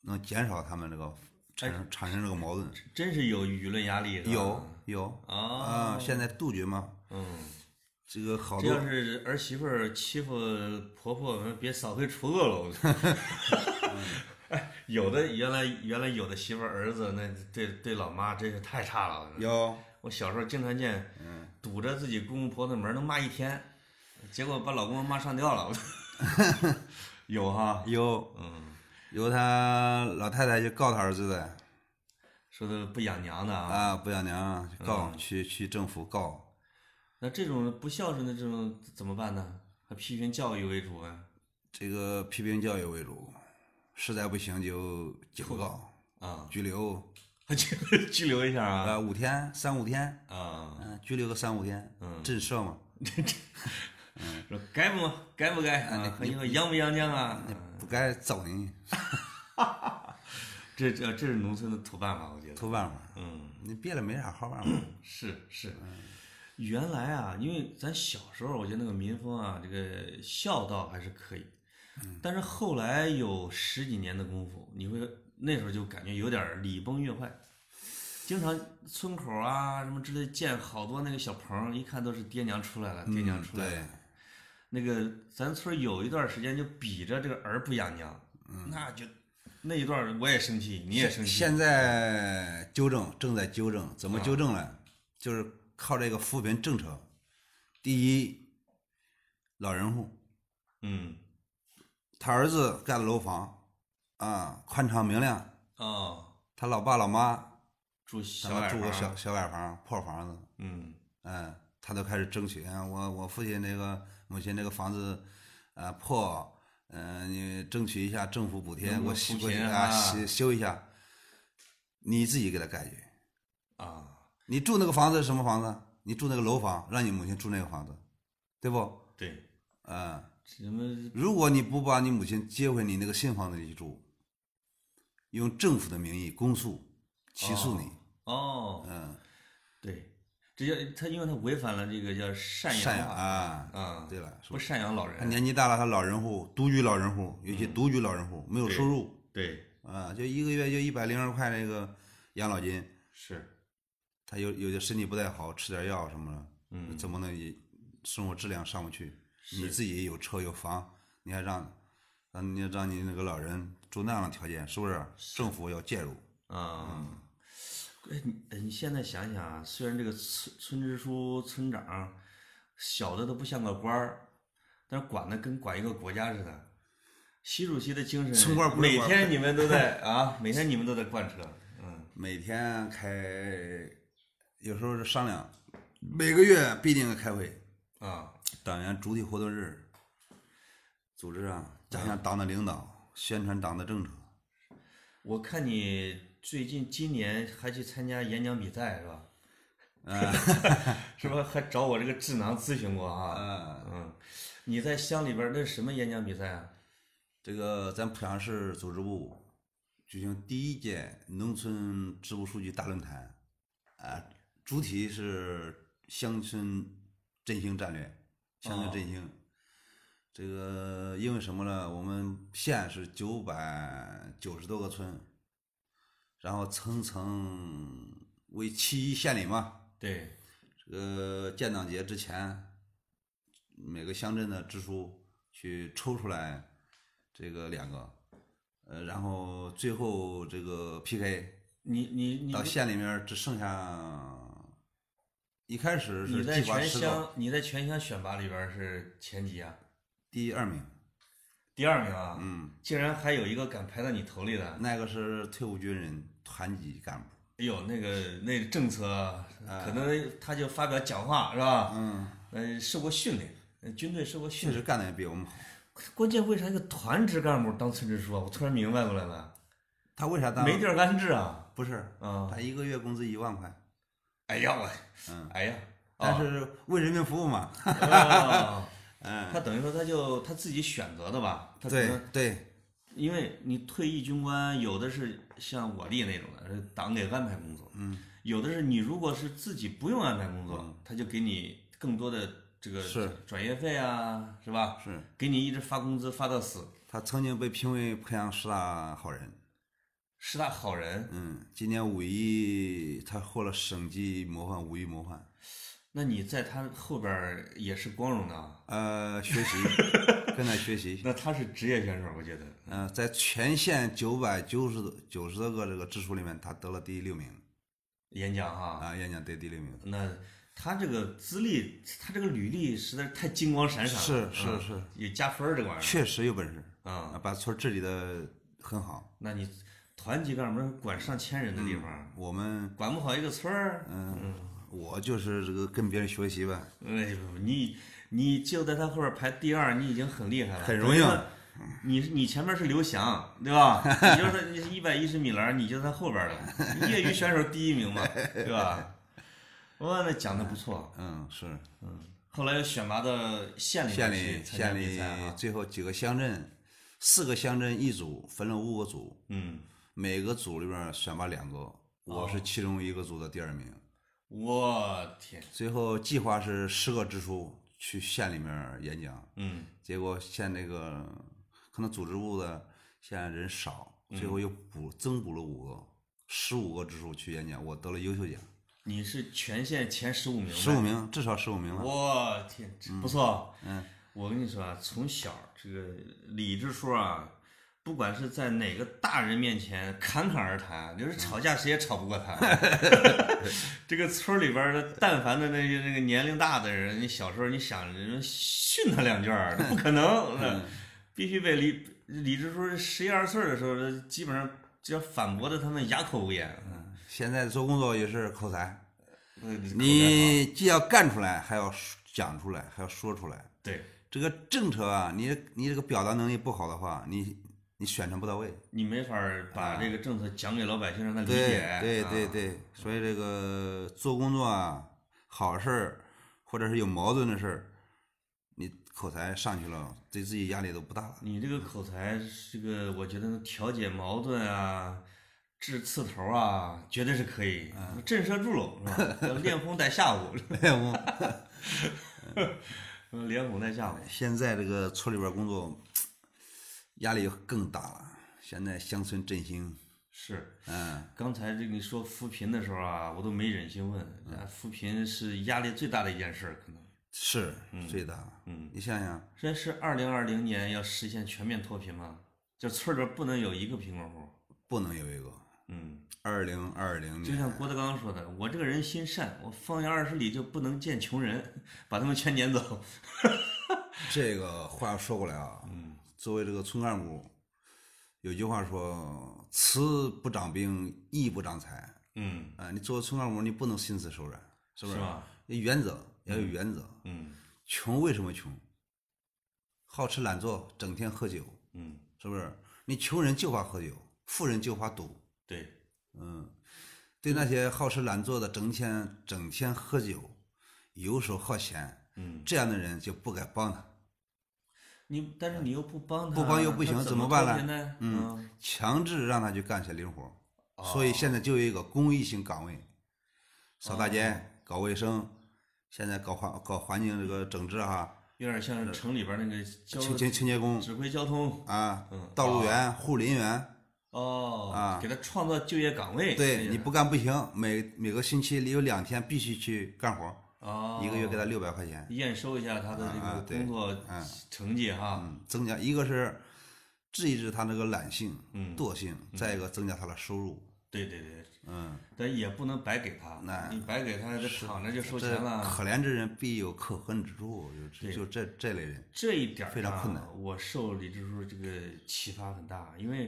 能减少他们这个产生产生这个矛盾。
真哎是有舆论压力是吧？
有有
啊，
啊，现在杜绝嘛，
嗯，
这个好
这
多
要是儿媳妇儿欺负婆婆，别扫黑除恶了。我操 哎，有的原来原来有的媳妇儿儿子那对对老妈真是太差了。
有
我小时候经常见，
嗯
堵着自己公公婆婆的门能骂一天，结果把老公骂上吊 了。我操 有哈，
有
嗯，
有他老太太就告他儿子的
说的不养娘的啊。
啊，不养娘就告
嗯
去去政府告。
那这种不孝顺的这种怎么办呢？还批评教育为主啊？
这个批评教育为主，实在不行就警告、
啊，
拘留，
拘 拘留一下啊
啊，五天、三五天，
啊！
嗯、拘留个三五天，
嗯
震慑嘛，
说该不该不该
啊
啊？还
你
有阳不阳江啊？
不该揍你，
这这这是农村的土办法，我觉得。
偷办法，
嗯，
你别的没啥好办法，
是是。
嗯
原来啊，因为咱小时候，我觉得那个民风啊，这个孝道还是可以，
嗯
但是后来有十几年的功夫，你会那时候就感觉有点儿礼崩乐坏，经常村口啊什么之类建好多那个小棚，一看都是爹娘出来了，爹娘
嗯
出来了
对。
那个咱村儿有一段时间就比着这个儿不养娘，
嗯
那就那一段儿我也生气，你也生
现
气，
现在纠正正在纠正，怎么纠正呢？
啊
就是靠这个扶贫政策，第一，老人户，
嗯，
他儿子盖的楼房，啊，宽敞明亮，
哦，
他老爸老妈
住
他
小
们
矮
住
房
个
啊
小，小矮房、破房子，
嗯
嗯，他都开始争取。啊我我父亲那个母亲那个房子，呃破，嗯、你争取一下政府补贴，
能
给
不
我
能
修
扶
过去
贫
啊，
啊
修修一下。你自己给他盖去。
啊，
你住那个房子是什么房子？你住那个楼房，让你母亲住那个房子，对不？
对，
嗯，
什么
如果你不把你母亲接回你那个新房子里去住，用政府的名义公诉、起诉你，
哦，
嗯，
对，这叫他因为他违反了这个叫赡
赡
养
养
法
啊，
啊，
对啊了，
不赡养老人，
年纪大了，他老人户、独居老人户，尤其独居老人户没有收入
对，
啊，就一个月就一百零二块那个养老金，
是，
他有有的身体不太好，吃点药什么的，
嗯
怎么能也生活质量上不去？
是
你自己有车有房，你还让让你让你那个老人住那样的条件，是不是？政府要介入，
啊。哎，你哎你现在想想啊，虽然这个村村支书、村长小的都不像个官儿，但是管的跟管一个国家似的。习主席的精神，
村官不是
每
官
天你们都 在啊，每天你们都在贯彻，嗯，
每天开，有时候是商量，每个月必定开会，
啊，
党员主体活动日，组织啊，加强党的领导，宣传党的政策。
我看你最近今年还去参加演讲比赛是吧？呃 是吧？还找我这个智囊咨询过啊？
嗯，
嗯，你在乡里边儿那是什么演讲比赛啊？
这个咱濮阳市组织部举行第一届农村支部书记大论坛，啊，主体是乡村振兴战略，乡村振兴。这个因为什么呢？我们县是九百九十多个村，然后层层为七一县里嘛，
对，
这个呃建党节之前，每个乡镇的支书去抽出来这个两个，呃，然后最后这个 PK
你你你
到县里面只剩下，一开始
你
是
在
计划
全
十个，
乡你在全乡选拔里边儿是前几啊？
第二名，
第二名啊？
嗯，
竟然还有一个敢排到你头里的。
那个是退伍军人团级干部，
哎呦，那个那个政策啊，
呃
可能他就发表讲话是吧？嗯，呃，受过训练，呃军队受过训
确
练。
实干的也比我们好。
关键为啥一个团支干部当村支书啊？我突然明白过来了，
他为啥当？
没地儿安置啊！
不是，
啊，
他一个月工资一万块，
哎呀我，哎呀，
但是为人民服务嘛。
哦，他等于说他就他自己选择的吧？他可
对
能
对，
因为你退役军官有的是像我弟那种的，是党给安排工作，嗯，有的是你如果是自己不用安排工作，他就给你更多的这个
是
转业费啊，是吧？
是
给你一直发工资发到死，
他曾经被评为濮阳十大好人。
十大好人。
嗯，今年五一他获了省级模范，五一模范。
那你在他后边儿也是光荣的啊，
呃，学习，跟他学习。
那他是职业选手，我觉得。
嗯、在全县九百九十九十多个这个支书里面，他得了第六名
演讲哈、
啊，演讲得第六名。
那他这个资历，他这个履历实在是太金光闪闪了，
是是是
嗯有加分儿这个玩意儿。
确实有本事
啊、
啊，把村治理的很好。
那你团级干部那管上千人的地方，
我们，
管不好一个村儿，
嗯，我就是这个跟别人学习呗，
哎呦，你你就在他后边排第二，你已经很厉害了，
很荣嗯幸。
你你前面是刘翔，对 吧？你就是他，你是一百一十米栏，你就在后边了。业余选手第一名嘛，对吧？哇，那讲的不错。
嗯，是
后来又选拔到县里
县
面
里
去参加
县
比
里
赛啊。
最后几个乡镇，四个乡镇一组，分了五个组，
嗯，
每个组里边儿选拔两个，我是其中一个组的第二名。
我天，
最后计划是十个支书去县里面儿演讲，
嗯，
结果县那个可能组织部的县人少，最后又补增补了五个，十五个支书去演讲，我得了优秀奖，
你是全县前十五名呗，
十五名，至少十五名了。
我天，这不错。啊嗯，我跟你说啊，从小这个李支书啊，不管是在哪个大人面前侃侃而谈，就是吵架谁也吵不过 他。这个村儿里边儿的，但凡的那些那个年龄大的人，你小时候你想人训他两句儿，那不可能，那必须被李李支书十一二岁的时候，基本上只要反驳的他们哑口无言。
现在做工作也是口才，
嗯
你既要干出来，还要说讲出来，还要说出来。
对
这个政策啊，你你这个表达能力不好的话，你你宣传不到位。
你没法儿把这个政策讲给老百姓，让他理
啊对
解。
对对
啊
对，所以这个做工作啊，好事儿或者是有矛盾的事儿，你口才上去了，对自己压力都不大了。
你这个口才，这个我觉得能调解矛盾啊，治刺头啊，绝对是可以。
啊
震慑住了，是 吧？呃连哄带吓唬，
我
呃连哄带吓唬。
现在这个村里边工作压力更大了，现在乡村振兴，
是，
嗯，
刚才这个你说扶贫的时候啊，我都没忍心问，啊
嗯
扶贫是压力最大的一件事儿，可能。
是最大。嗯，你想想，
这是二零二零年要实现全面脱贫吗？就村里边不能有一个贫困户。
不能有一个
嗯，
二零二零
就
年
像郭德纲说的，我这个人心善，我方圆二十里就不能见穷人，把他们全撵走。
这个话说过来啊，嗯，作为这个村干部，有句话说：“慈不长兵，义不长财。”
嗯，
啊，你作为村干部，你不能心慈手软，是不是？
是吧
原则要有原则。
嗯
穷为什么穷？好吃懒做，整天喝酒，
嗯，
是不是？你穷人就怕喝酒，富人就怕赌，
对，
嗯，对那些好吃懒做的，整天整天喝酒、游手好闲，
嗯，
这样的人就不该帮他。
你但是你又不帮他，
不帮又不行
他
怎
怎
么办呢
脱贫呢？嗯，
强制让他去干些零活儿，
哦
所以现在就有一个公益性岗位，扫大
哦
街、搞卫生，现在搞环搞环境这个整治哈，
有点像城里边那个交
清清清洁工
指挥交通
啊
嗯，
道路员、护林员，
哦，
啊
给他创造就业岗位。
对，你不干不行，每每个星期里有两天必须去干活儿，
哦，
一个月给他六百块钱，
验收一下他的这
啊
个
啊对
工作
嗯
成绩哈。
嗯，增加一个是治一治他那个懒性、
嗯
惰性，再一个增加他的收入，
对对对，
嗯，
但也不能白给他
那，
你白给他，这躺着就收钱
这
了。
可怜之人必有可恨之处，就
对
就这这类人，
这一点儿
非常
上
困难
我受李支书这个启发很大，因为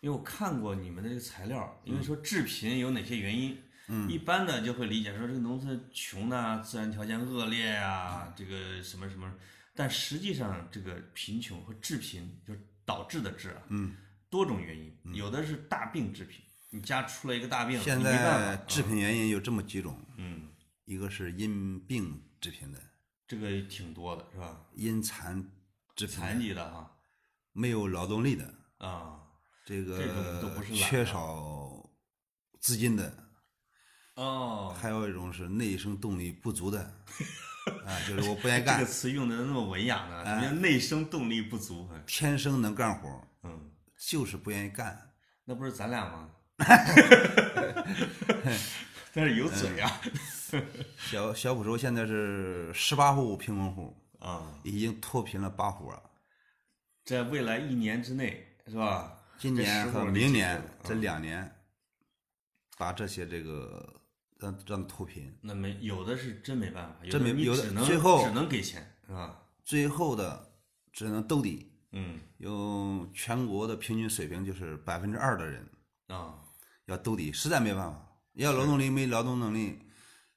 因为我看过你们的这个材料，
嗯
因为说致贫有哪些原因。嗯，一般的就会理解说这个农村穷呐、自然条件恶劣
嗯
啊，这个什么什么，但实际上这个贫穷和致贫就是导致的致啊，嗯，多种原因，有的是大病致贫，你家出了一个大病，
嗯现
你没办
在
法，
致贫原因有这么几种，
嗯，
一个是因病致贫的，
这个挺多的是吧？
因残致贫
残
的，
疾的哈
没有劳动力的，
啊，
这
这种都
个
不是懒
缺
啊
少资金的，嗯
哦，
还有一种是内生动力不足的，啊，就是我不愿 意
这
干
个，词用的那么文雅呢，怎么叫内生动力不足？啊
天生能干活儿，
嗯，
就是不愿意干。
那不是咱俩 吗？但是有嘴啊，
小小浦州现在是十八户贫困户，
啊，
已经脱贫了八户了。
在未来一年之内是吧？
今年
这十
和
户啊
明年
得解决
这两年，把这些这个让让脱贫，
那没有的是真没办法，
真没
你
有的
只能
最后
只能给钱是吧？
最后的只能兜底。
嗯
有全国的平均水平就是百分之二的人
啊，
要兜底，实在没办法，要劳动力没劳动能力，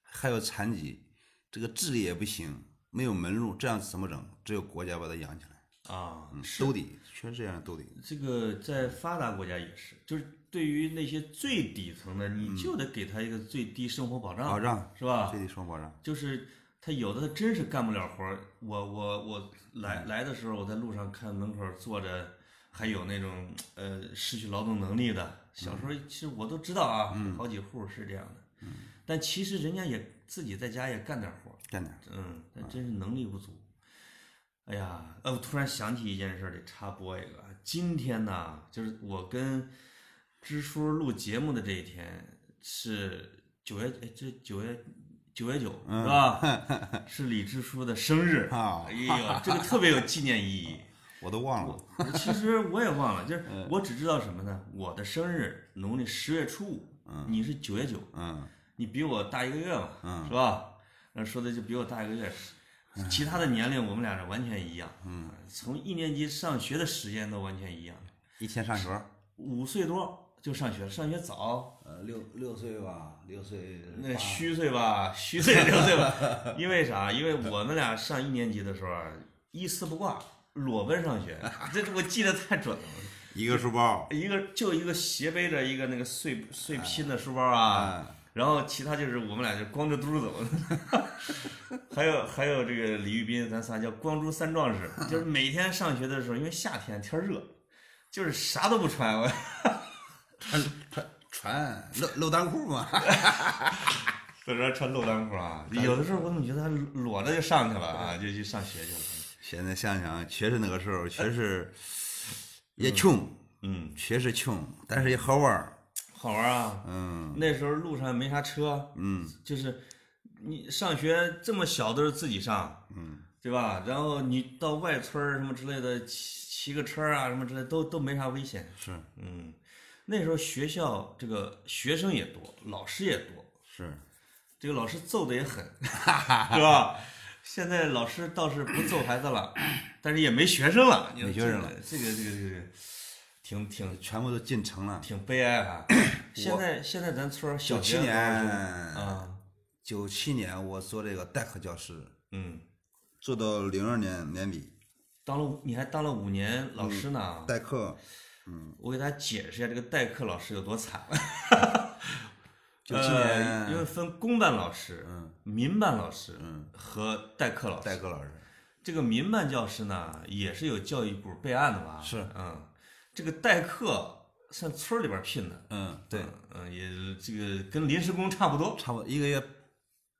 还有残疾，这个智力也不行，没有门路，这样怎么整？只有国家把它养起来，
啊，
兜底，确实这样兜底。
这个在发达国家也是，就是对于那些最底层的，你就得给他一个最低生活保障，啊
保障
是吧？
最低生活保障，
就是他有的他真是干不了活儿。我我我来来的时候，我在路上看门口坐着，还有那种呃失去劳动能力的。小时候其实我都知道啊，好几户是这样的，但其实人家也自己在家也干点活儿，
干点儿。
嗯，但真是能力不足。哎呀，呃，我突然想起一件事儿，得插播一个。啊今天呢，就是我跟支书录节目的这一天是九月，哎，这九月九月九是吧？是李支书的生日
啊
哎呦，这个特别有纪念意义。
我都忘了，
其实我也忘了，就是我只知道什么呢？我的生日农历十月初五，你是九月九，
嗯，
你比我大一个月嘛，是吧？那说的就比我大一个月，其他的年龄我们俩是完全一样，嗯，从一年级上学的时间都完全一样，
一天上学儿，
五岁多就上学，上学早，
呃，六六岁吧，六岁
那虚岁吧，虚岁六岁吧，因为啥？因为我们俩上一年级的时候啊，一丝不挂，裸奔上学，这我记得太准了。
一个书包，
一个就一个斜背着一个那个碎碎拼的书包
哎
啊，然后其他就是我们俩就光着嘟儿走， 还有还有这个李玉斌，咱仨叫光珠三壮士，就是每天上学的时候，因为夏天天儿热，就是啥都不穿，我
穿穿穿露露裆裤嘛，
所以说穿露裆裤啊，有的时候我怎么觉得他裸着就上去了啊，就去上学去了，
现在想想，确实那个时候确实也穷，
嗯，
确实穷，但是也好玩儿。
好玩啊，
嗯，
那时候路上没啥车，
嗯，
就是你上学这么小都是自己上，嗯，对吧？然后你到外村儿什么之类的，骑骑个车儿啊什么之类的都都没啥危险。
是
嗯，那时候学校这个学生也多，老师也多，
是，
这个老师揍的也 狠，是吧？现在老师倒是不揍孩子了， 但是也没学生了，
没学生了
这个，这个这个这个，挺挺
全部都进城了。
挺悲哀 啊！现在现在咱村儿小学
97年
啊，
九七年我做这个代课教师，
嗯，
做到零二年年底，啊
当了五你还当了五年老师呢，
代课
嗯，我给大家解释一下这个代课老师有多惨。
九七
呃，因为
年
分公办老师、
嗯
民办老师
嗯
和代课老师。
代课老师
这个民办教师呢，也是有教育部备案的吧？
是，
嗯，这个代课算村儿里边儿聘的，
嗯对，
嗯，嗯，也这个跟临时工差不多，
差不多一个月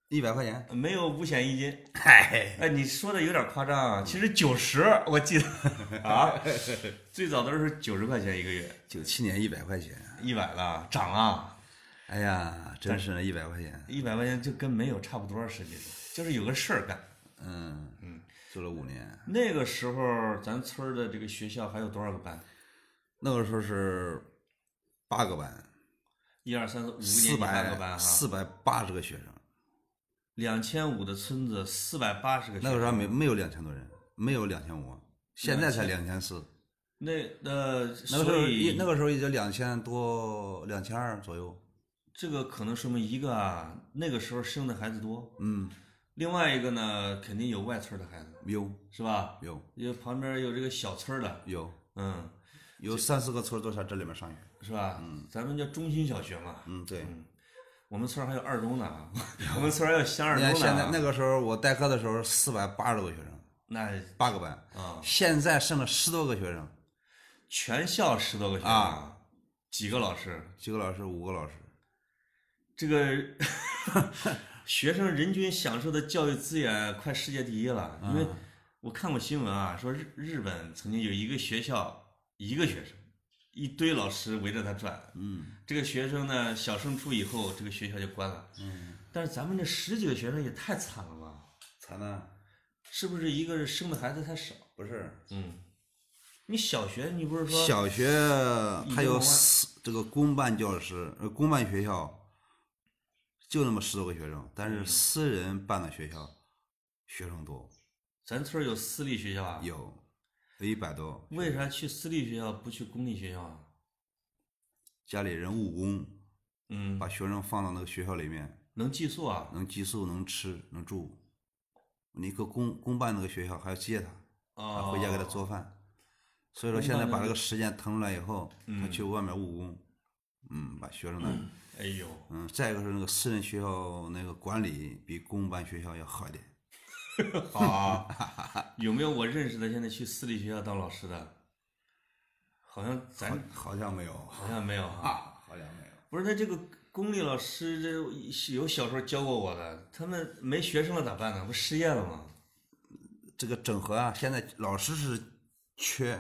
一百块钱，
没有五险一金。
嗨，
哎，你说的有点夸张啊，
嗯
其实九十，我记得 啊，最早都是九十块钱一个月，
九七年一百块钱，
一百了，涨啊，
哎呀，真是呢，一百块钱，
一百块钱就跟没有差不多，实际上就是有个事儿干。
嗯嗯，做了五年，
那个时候，咱村儿的这个学校还有多少个班？
那个时候是八个班，
一二三四五个年级
四
八个班啊
百
哈，
四百八十个学生，
两千五的村子，四百八十个学
那
生。
个时候还没没有两千多人，没有两千五，现在才两千四。
那呃，
那个时候
所
也
以
那个时候也就两千多，两千二左右。
这个可能说明一个啊，那个时候生的孩子多，
嗯，
另外一个呢，肯定有外村的孩子，
有
是吧？
有
有旁边有这个小村儿的，
有
嗯，
有三四个村儿都在这里面上学。
是吧？嗯，咱们叫中心小学嘛，
嗯，对。
我们村儿还有二中呢 啊，我们村儿还有乡二
你
中呢
看
啊。
现在那个时候我代课的时候四百八十多个学生，
那
八个班，
啊，
现在剩了十多个学生，
全校十多个学生，
啊
几个老师，
几个老师五个老师。
这个 学生人均享受的教育资源快世界第一了，因
啊
为我看过新闻啊，说日日本曾经有一个学校一个学生，一堆老师围着他转，
嗯，
这个学生呢小升初以后这个学校就关了，嗯，但是咱们这十几个学生也太惨了吧，
惨呢？
是不是一个生的孩子太少？
不是，
嗯，你小学你不是说
小学
已
它
经
有
完
四这个公办教师，呃，公办学校就那么十多个学生，但
嗯
是私人办的学校学生多，
咱村儿有私立学校啊？
有有一百多，
为啥去私立学校不去公立学校啊？
家里人务工，
嗯，
把嗯学生放到那个学校里面，
能寄宿啊？
能寄宿，能吃，能住。你搁公公办那个学校还要接他，
啊，
回家给他做饭。所以说
公
现在
办嗯
把
那
这
个
个时间腾出来以后，他去外面务工，嗯，把学生呢。
哎 呦，
嗯，再一个是那个私人学校那个管理比公办学校要好一点，
好啊，有没有我认识的现在去私立学校当老师的？好像
好
咱
好像没有
哎好像没有啊。
啊，好像没有。
不是，那这个公立老师，这有小时候教过我的，他们没学生了咋办呢？不失业了吗？
这个整合啊，现在老师是缺，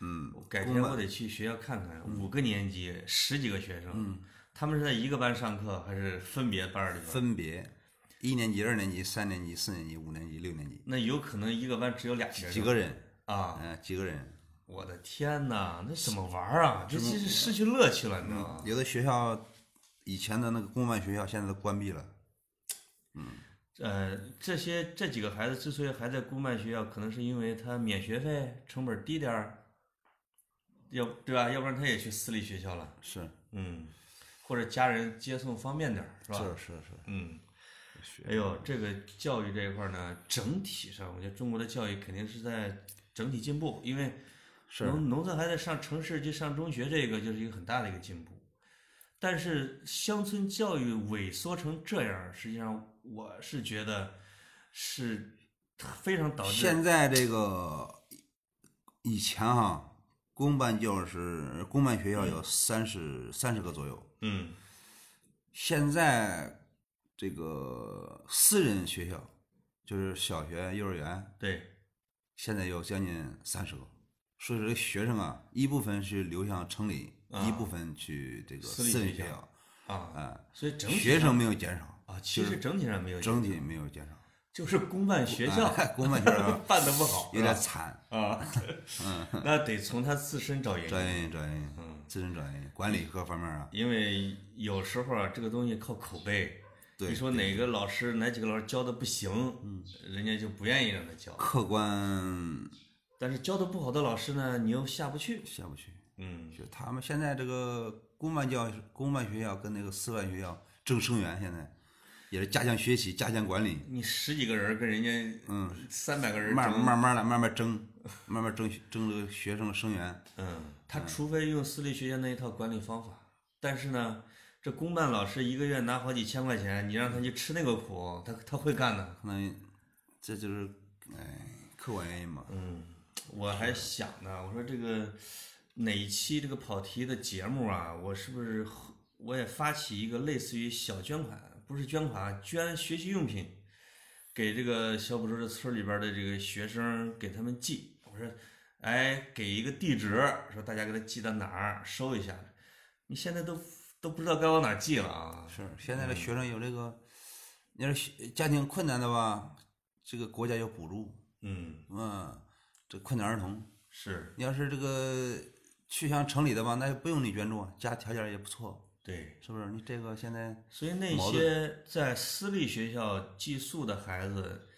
嗯
我改天我得去学校看看，五个年级十几个学
嗯
生，他们是在一个班上课还是分别班儿里边？
分别一年级、二年级、三年级、四年级、五年级、六年级
那有可能一个班只有俩学生
几个人，
啊！
嗯，几个人。
我的天哪，那怎么玩儿啊？这其实失去乐趣了，你知道吗？
有的学校以前的那个公办学校现在都关闭了，
呃，这些这几个孩子之所以还在公办学校，可能是因为他免学费，成本低点儿，要对吧？要不然他也去私立学校了，
是
嗯，或者家人接送方便点儿，是吧？
是是是，
嗯，哎呦，这个教育这一块儿呢，整体上我觉得中国的教育肯定是在整体进步，因为农农村还在上城市去上中学，这个就是一个很大的一个进步。但是乡村教育萎缩成这样儿，实际上我是觉得是非常导致
现在这个以前哈，公办教师、公办学校有三十三十个左右，
嗯
现在这个私人学校，就是小学、幼儿园，
对
现在有将近三十个。所以说，学生啊，一部分是流向城里，
啊
一部分去这个
私立
私人
学
学
校
校，
啊，
啊，
所以整体
学生没有减少，
啊，其实整体上没有
整体没有减少，哎
就是公办学校
公办学校
办的不好，
有
是吧
点惨，
啊，
嗯
那得从他自身找原因。
转运转运，
嗯
自身转运，管理各方面啊，
因为有时候啊，这个东西靠口碑。
对嗯
你说哪个老师哪几个老师教的不行，人家就不愿意让他教。
客观
但是教的不好的老师呢，你又下不去。
下不去。
嗯，
就他们现在这个公办教公办学校跟那个私办学校争生源，现在也是加强学习、加强管理，
你十几个人跟人家嗯三百个人
慢
争
慢慢的慢慢争，慢慢争争这个学生生源。
嗯，他除非用私立学校那一套管理方法，但是呢，这公办老师一个月拿好几千块钱，你让他去吃那个苦，他他会干的。
可能这就是哎客观原因嘛。
我还想呢，我说这个哪一期这个跑题的节目啊，我是不是我也发起一个类似于小捐款，不是捐款啊，捐学习用品，给这个小浦洲这村里边的这个学生给他们寄。我说，哎，给一个地址，说大家给他寄到哪儿收一下。你现在都都不知道该往哪儿寄了啊！
是现在的学生有这个，你要是学家庭困难的吧，这个国家有补助，
嗯，
嗯，这困难儿童。
是
你要是这个去向城里的吧，那就不用你援助，家条件也不错，
对。
是不是？你这个现在
所以那
矛
些在私立学校寄宿的孩子，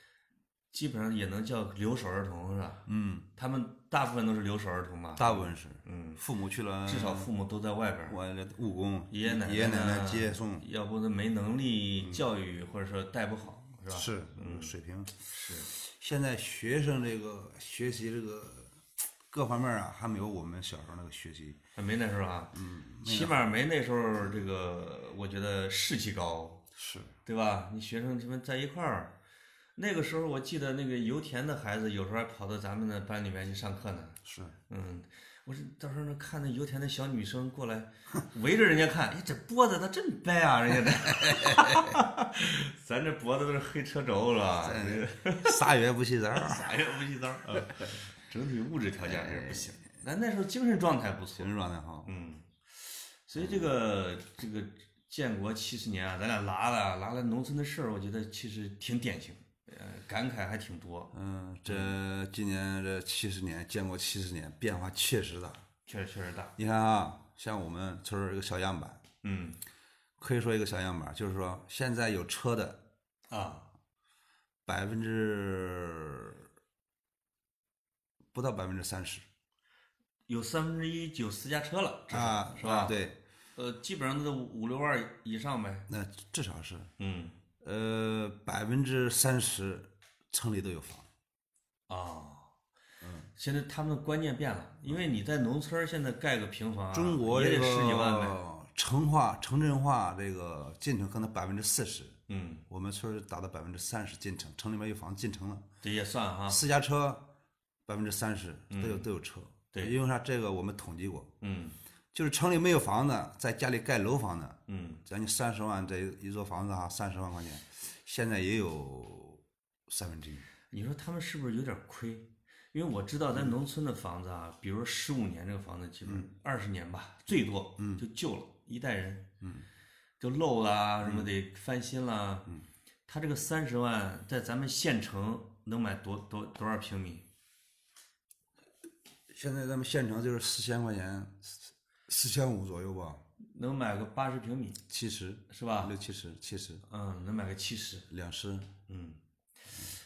基本上也能叫留守儿童，是吧？
嗯，
他们大部分都是留守儿童嘛，
大部分是
嗯，
父母去了，
至少父母都在外边儿，
我务工
爷爷奶奶
爷奶
啊
奶接送
要不他没能力教育，或者说带不好，是吧？
是嗯水平。
是，
现在学生这个学习这个各方面啊，还没有我们小时候那个学习。
还没那时候啊，嗯，起码没那时候这个，我觉得士气高，
是，
对吧？你学生他们在一块儿，那个时候我记得那个油田的孩子有时候还跑到咱们的班里面去上课呢，
是，
嗯，我是到时候看那油田的小女生过来，围着人家看，哎，这脖子她真白啊，人家这， 咱这脖子都是黑车轴了，
仨月不洗 澡儿，哎
啥也不洗澡，嗯整体物质条件还哎是不行。咱那时候精神状态不错
精，神哎状态好。
嗯，所以这个这个建国七十年啊，咱俩拉了拉了农村的事儿，我觉得其实挺典型，呃，感慨还挺多，
嗯，这今年这七十年，建国七十年，变化确实大。
确实确实大，
你看啊，像我们村儿一个小样板，
嗯
可以说一个小样板，就是说现在有车的
啊，
百分之不到百分之三十
有三分之一有私家车了，至少
啊，
是吧？。
对，
呃，基本上都五五六万以上呗。
那至少是
嗯
呃百分之三十城里都有房。
啊，嗯，现在他们观念变了，因为你在农村儿现在盖个平房啊、
中国
也
这
得十几万呗。
个城化、城镇化这个进程可能百分之四十，
嗯，
我们村儿达到百分之三十进城，城里面有房子进城了，
这也算哈。
私家车百分之三十都有都有车。
嗯对
因为啥？这个我们统计过，
嗯
就是城里没有房子，在家里盖楼房的，
嗯，
将近三十万这一座房子哈，三十万块钱，现在也有三分之一。
你说他们是不是有点亏？因为我知道咱农村的房子啊，比如十五年这个房子，基本二十年吧，最多就旧了，一代人，嗯，就漏啦，什么得翻新啦。嗯，他这个三十万在咱们县城能买多多多少平米？
现在咱们县城就是四千块钱，四四千五左右吧，
能买个八十平米
七十
是吧？
六七十，七十
嗯，能买个七十。
两室。
嗯，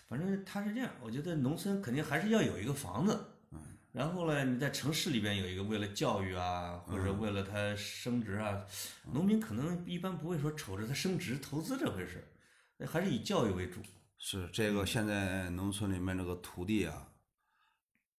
反正他是这样，我觉得农村肯定还是要有一个房子。嗯，然后呢，你在城市里边有一个，为了教育啊，或
嗯
者为了他升值啊，农民可能一般不会说瞅着他升值投资这回事儿，那还是以教育为主。
是这个，现在农村里面这个土地啊，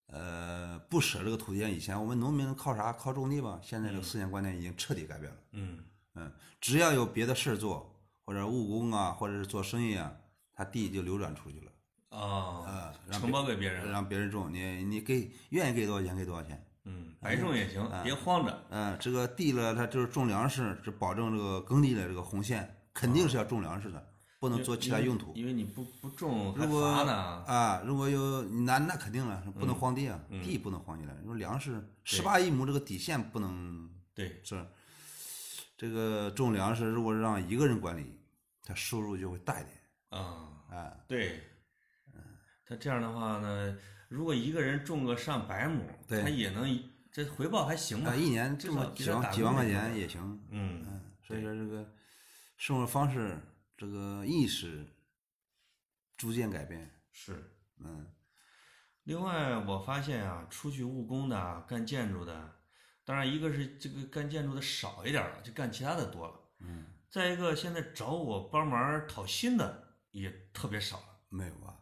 呃，不舍这个土地。以前我们农民靠啥？靠种地吧。现在这个思想观念已经彻底改变了。
嗯
嗯，只要有别的事儿做，或者务工啊，或者是做生意啊，他地就流转出去了，
啊
啊，让
承包给别人，
让别人种。你你给愿意给多少钱给多少钱。
嗯，白种也行，别慌着。
嗯，这个地了，它就是种粮食，这保证这个耕地的这个红线，肯定是要种粮食的，不能做其他用途。
因为你不不种还
如果
罚呢，
啊，如果有那那肯定了，
嗯
不能荒地啊，地不能荒起来。说粮食十八亿亩这个底线不能
对，
是，这个种粮食如果让一个人管理，他收入就会大一点
啊，
啊。
对，他这样的话呢，如果一个人种个上百亩，
对
他也能这回报还行吧
啊，？一年
嗯至
这
少
么
给
几
他
万
打
几
工
万块
就
钱
行
也行。
嗯，
嗯，所以说这个生活方式、这个意识逐渐改变。
是。
嗯，
另外，我发现啊，出去务工的啊、干建筑的，当然一个是这个干建筑的少一点了，就干其他的多了。嗯。再一个，现在找我帮忙讨薪的也特别少了。
没有吧？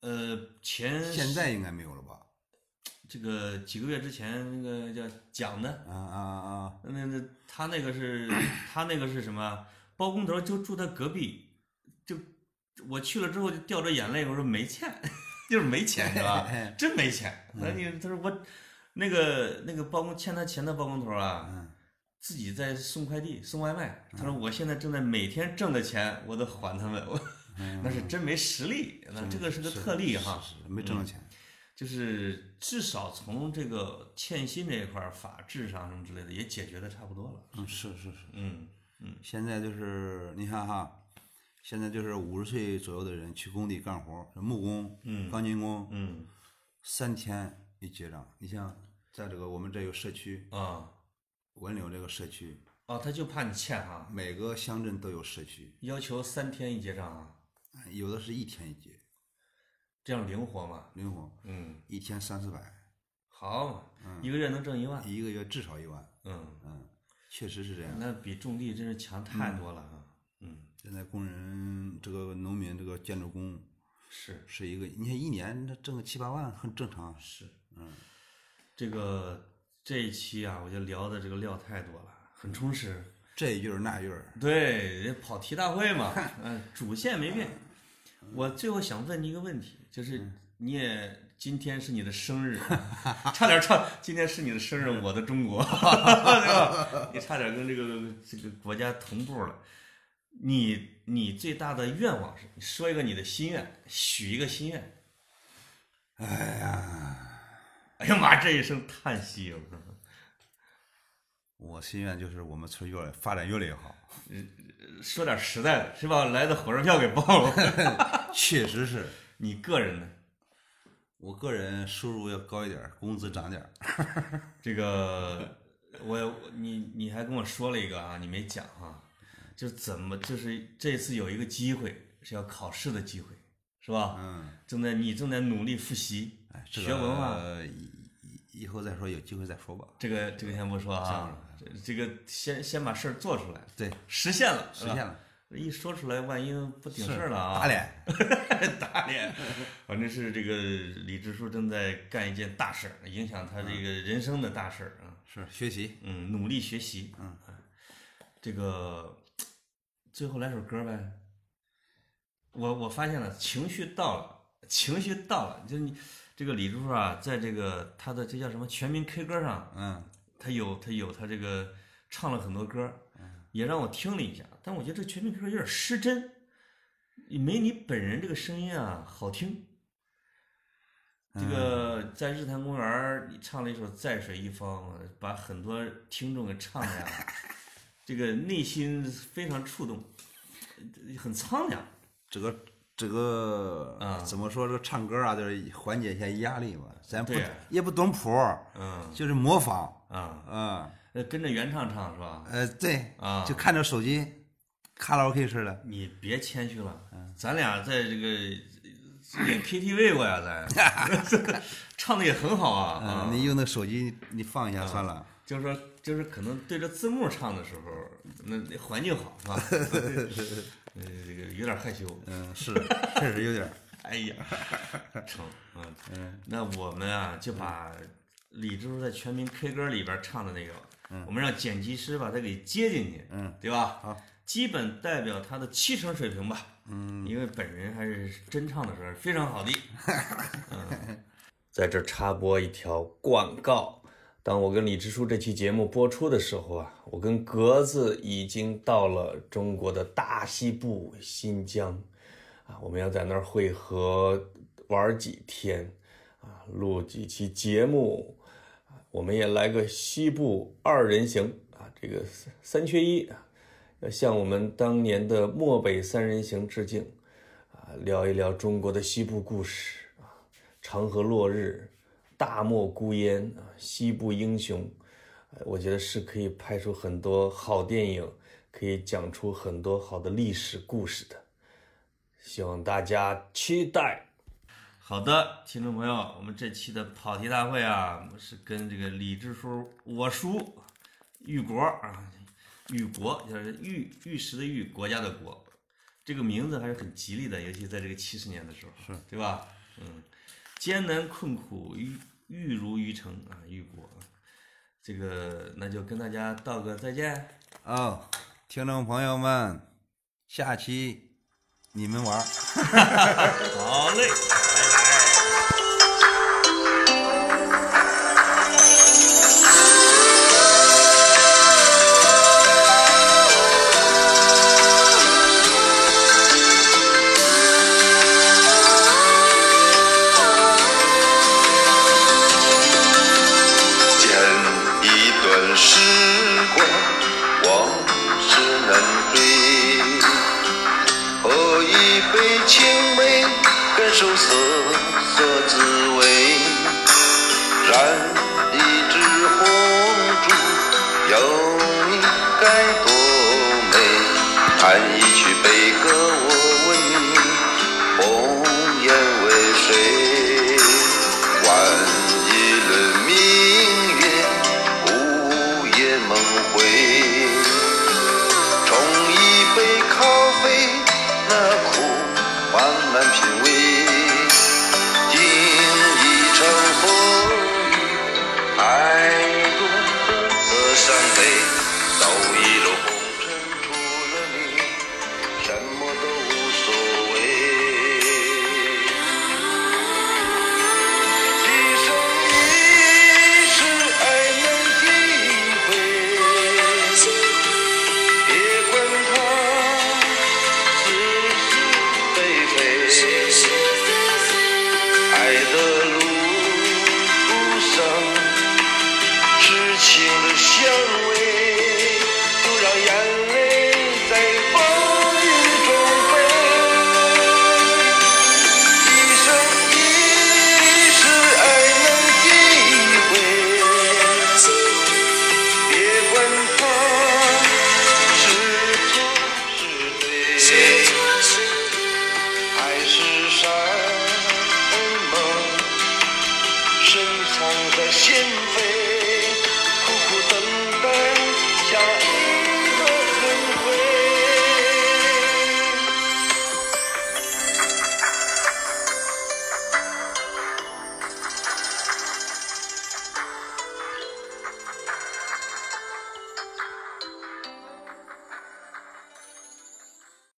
呃，前
现在应该没有了吧？
这个几个月之前那个叫蒋的，
啊啊啊！
那那他那个是他那个是什么？啊包工头就住他隔壁，就我去了之后就掉着眼泪，我说没钱， 就是没钱 是吧？ 真没钱。那你他说我那个那个包工欠他钱的包工头啊，
嗯
自己在送快递送外卖。他说我现在正在每天挣的钱我都还他们，我那是真没实力。那这个是个特例哈，嗯
嗯是是没挣着钱。
就是至少从这个欠薪这一块儿法制上什么之类的也解决的差不多了。
嗯，是是是。
嗯
现在就是你看哈，现在就是五十岁左右的人去工地干活，木工、
嗯
钢筋工，
嗯
三天一结账。你像在这个我们这有社区，
啊
文柳这个社区，
哦，他就怕你欠啊，
每个乡镇都有社区，
要求三天一结账啊，
有的是一天一结，
这样灵活嘛？
灵活，
嗯，
一天三四百，
好嘛，一个月能挣一嗯万，
一个月至少一万，
嗯，
嗯，确实是这样。
那比种地真是强太多了啊。嗯，
现在工人这个农民这个建筑工
是
是一个，你看一年他挣个七八万很正常，
是，嗯，这个这一期啊，我就聊的这个料太多了，很充实。
这一句儿那一句儿，
对，人跑题大会嘛，嗯，主线没变。
嗯
我最后想问你一个问题，就是你也今天是你的生 日，差点唱，今天是你的生日，我的中 国，对吧？你差点跟这个这个国家同步了。你你最大的愿望是？你说一个你的心愿，许一个心愿。
哎呀。
哎呀妈，这一声叹息，我靠
我心愿就是我们村儿越来发展越来越好，
说点实在的，是把来的火车票给报了。
确实是
你个人呢？
我个人收入要高一点儿，工资涨点儿。
这个我你你还跟我说了一个啊，你没讲哈、就怎么就是这次有一个机会是要考试的机会，是吧？
嗯，
正在你正在努力复习，
哎，这个
学文化，
以以以后再说，有机会再说吧。
这个这个先不说啊，这这个先先把事儿做出来，
对，
实现了，
实现
是吧。
了，
一说出来，万一不顶事儿了啊！
打脸。
打脸，反正是这个李支书正在干一件大事儿，影响他这个人生的大事儿啊。
是学习，
嗯，努力学习。
嗯，
这个最后来首歌呗。我我发现了，情绪到了，情绪到了，就是你这个李柱啊，在这个他的这叫什么全民 K 歌上，
嗯，
他有他有他这个唱了很多歌，也让我听了一下，但我觉得这全民 K 歌有点失真，没你本人这个声音啊好听。这个在日坛公园儿，你唱了一首《在水一方》，把很多听众给唱的呀，这个内心非常触动，呃很苍凉。
这个这个
啊
怎么说？这个唱歌啊，就是缓解一下压力嘛。咱不
对啊
也不懂谱儿，
嗯
就是模仿。
啊，
嗯，
呃跟着原唱唱是吧？
呃，对
啊，
就看着手机，卡拉 OK 似的。
你别谦虚了，咱俩在这个呃演 KTV 过呀，咱 唱的也很好啊。啊
嗯，你用那手机你放一下算了。
就是说，就是可能对着字幕唱的时候，那那环境好是吧？呃，这个有点害羞。
嗯，是，确实有点儿。
哎呀，成，嗯嗯，那我们啊就把李支书在《全民 K 歌》里边唱的那个，我们让剪辑师把它给接进去，
嗯，
对吧？
好，
基本代表他的七成水平吧，嗯，因为本人还是真唱的时候非常好的， 嗯，在这儿插播一条广告。当我跟李支书这期节目播出的时候啊，我跟格子已经到了中国的大西部新疆，啊，我们要在那儿会合玩几天，啊，录几期节目，啊我们也来个西部二人行啊，这个三三缺一啊，要向我们当年的漠北三人行致敬，啊，聊一聊中国的西部故事啊，长河落日，大漠孤烟啊，西部英雄，呃我觉得是可以拍出很多好电影，可以讲出很多好的历史故事的。希望大家期待。好的，听众朋友，我们这期的跑题大会啊，我是跟这个李支书、我叔、玉国啊，与国就是玉玉石的玉，国家的国，这个名字还是很吉利的，尤其在这个七十年的时候，是对吧？嗯，艰难困苦，玉玉如于成啊，玉国啊，这个那就跟大家道个再见。
哦，听众朋友们，下期你们玩儿。
好嘞，拜拜。
剪一段时光，往事难追。喝一杯青梅，感受瑟瑟滋味。燃一支火烛，有你该多美。弹一曲悲歌，我问你，红颜为谁？挽一轮明月，午夜梦回。冲一杯咖啡，那苦慢慢品味。听一场风雨，爱多和伤悲。走一路红尘，除了你，什么都无所谓。一生一世，爱能体会。别管它是是非非，爱的路上痴情的香味。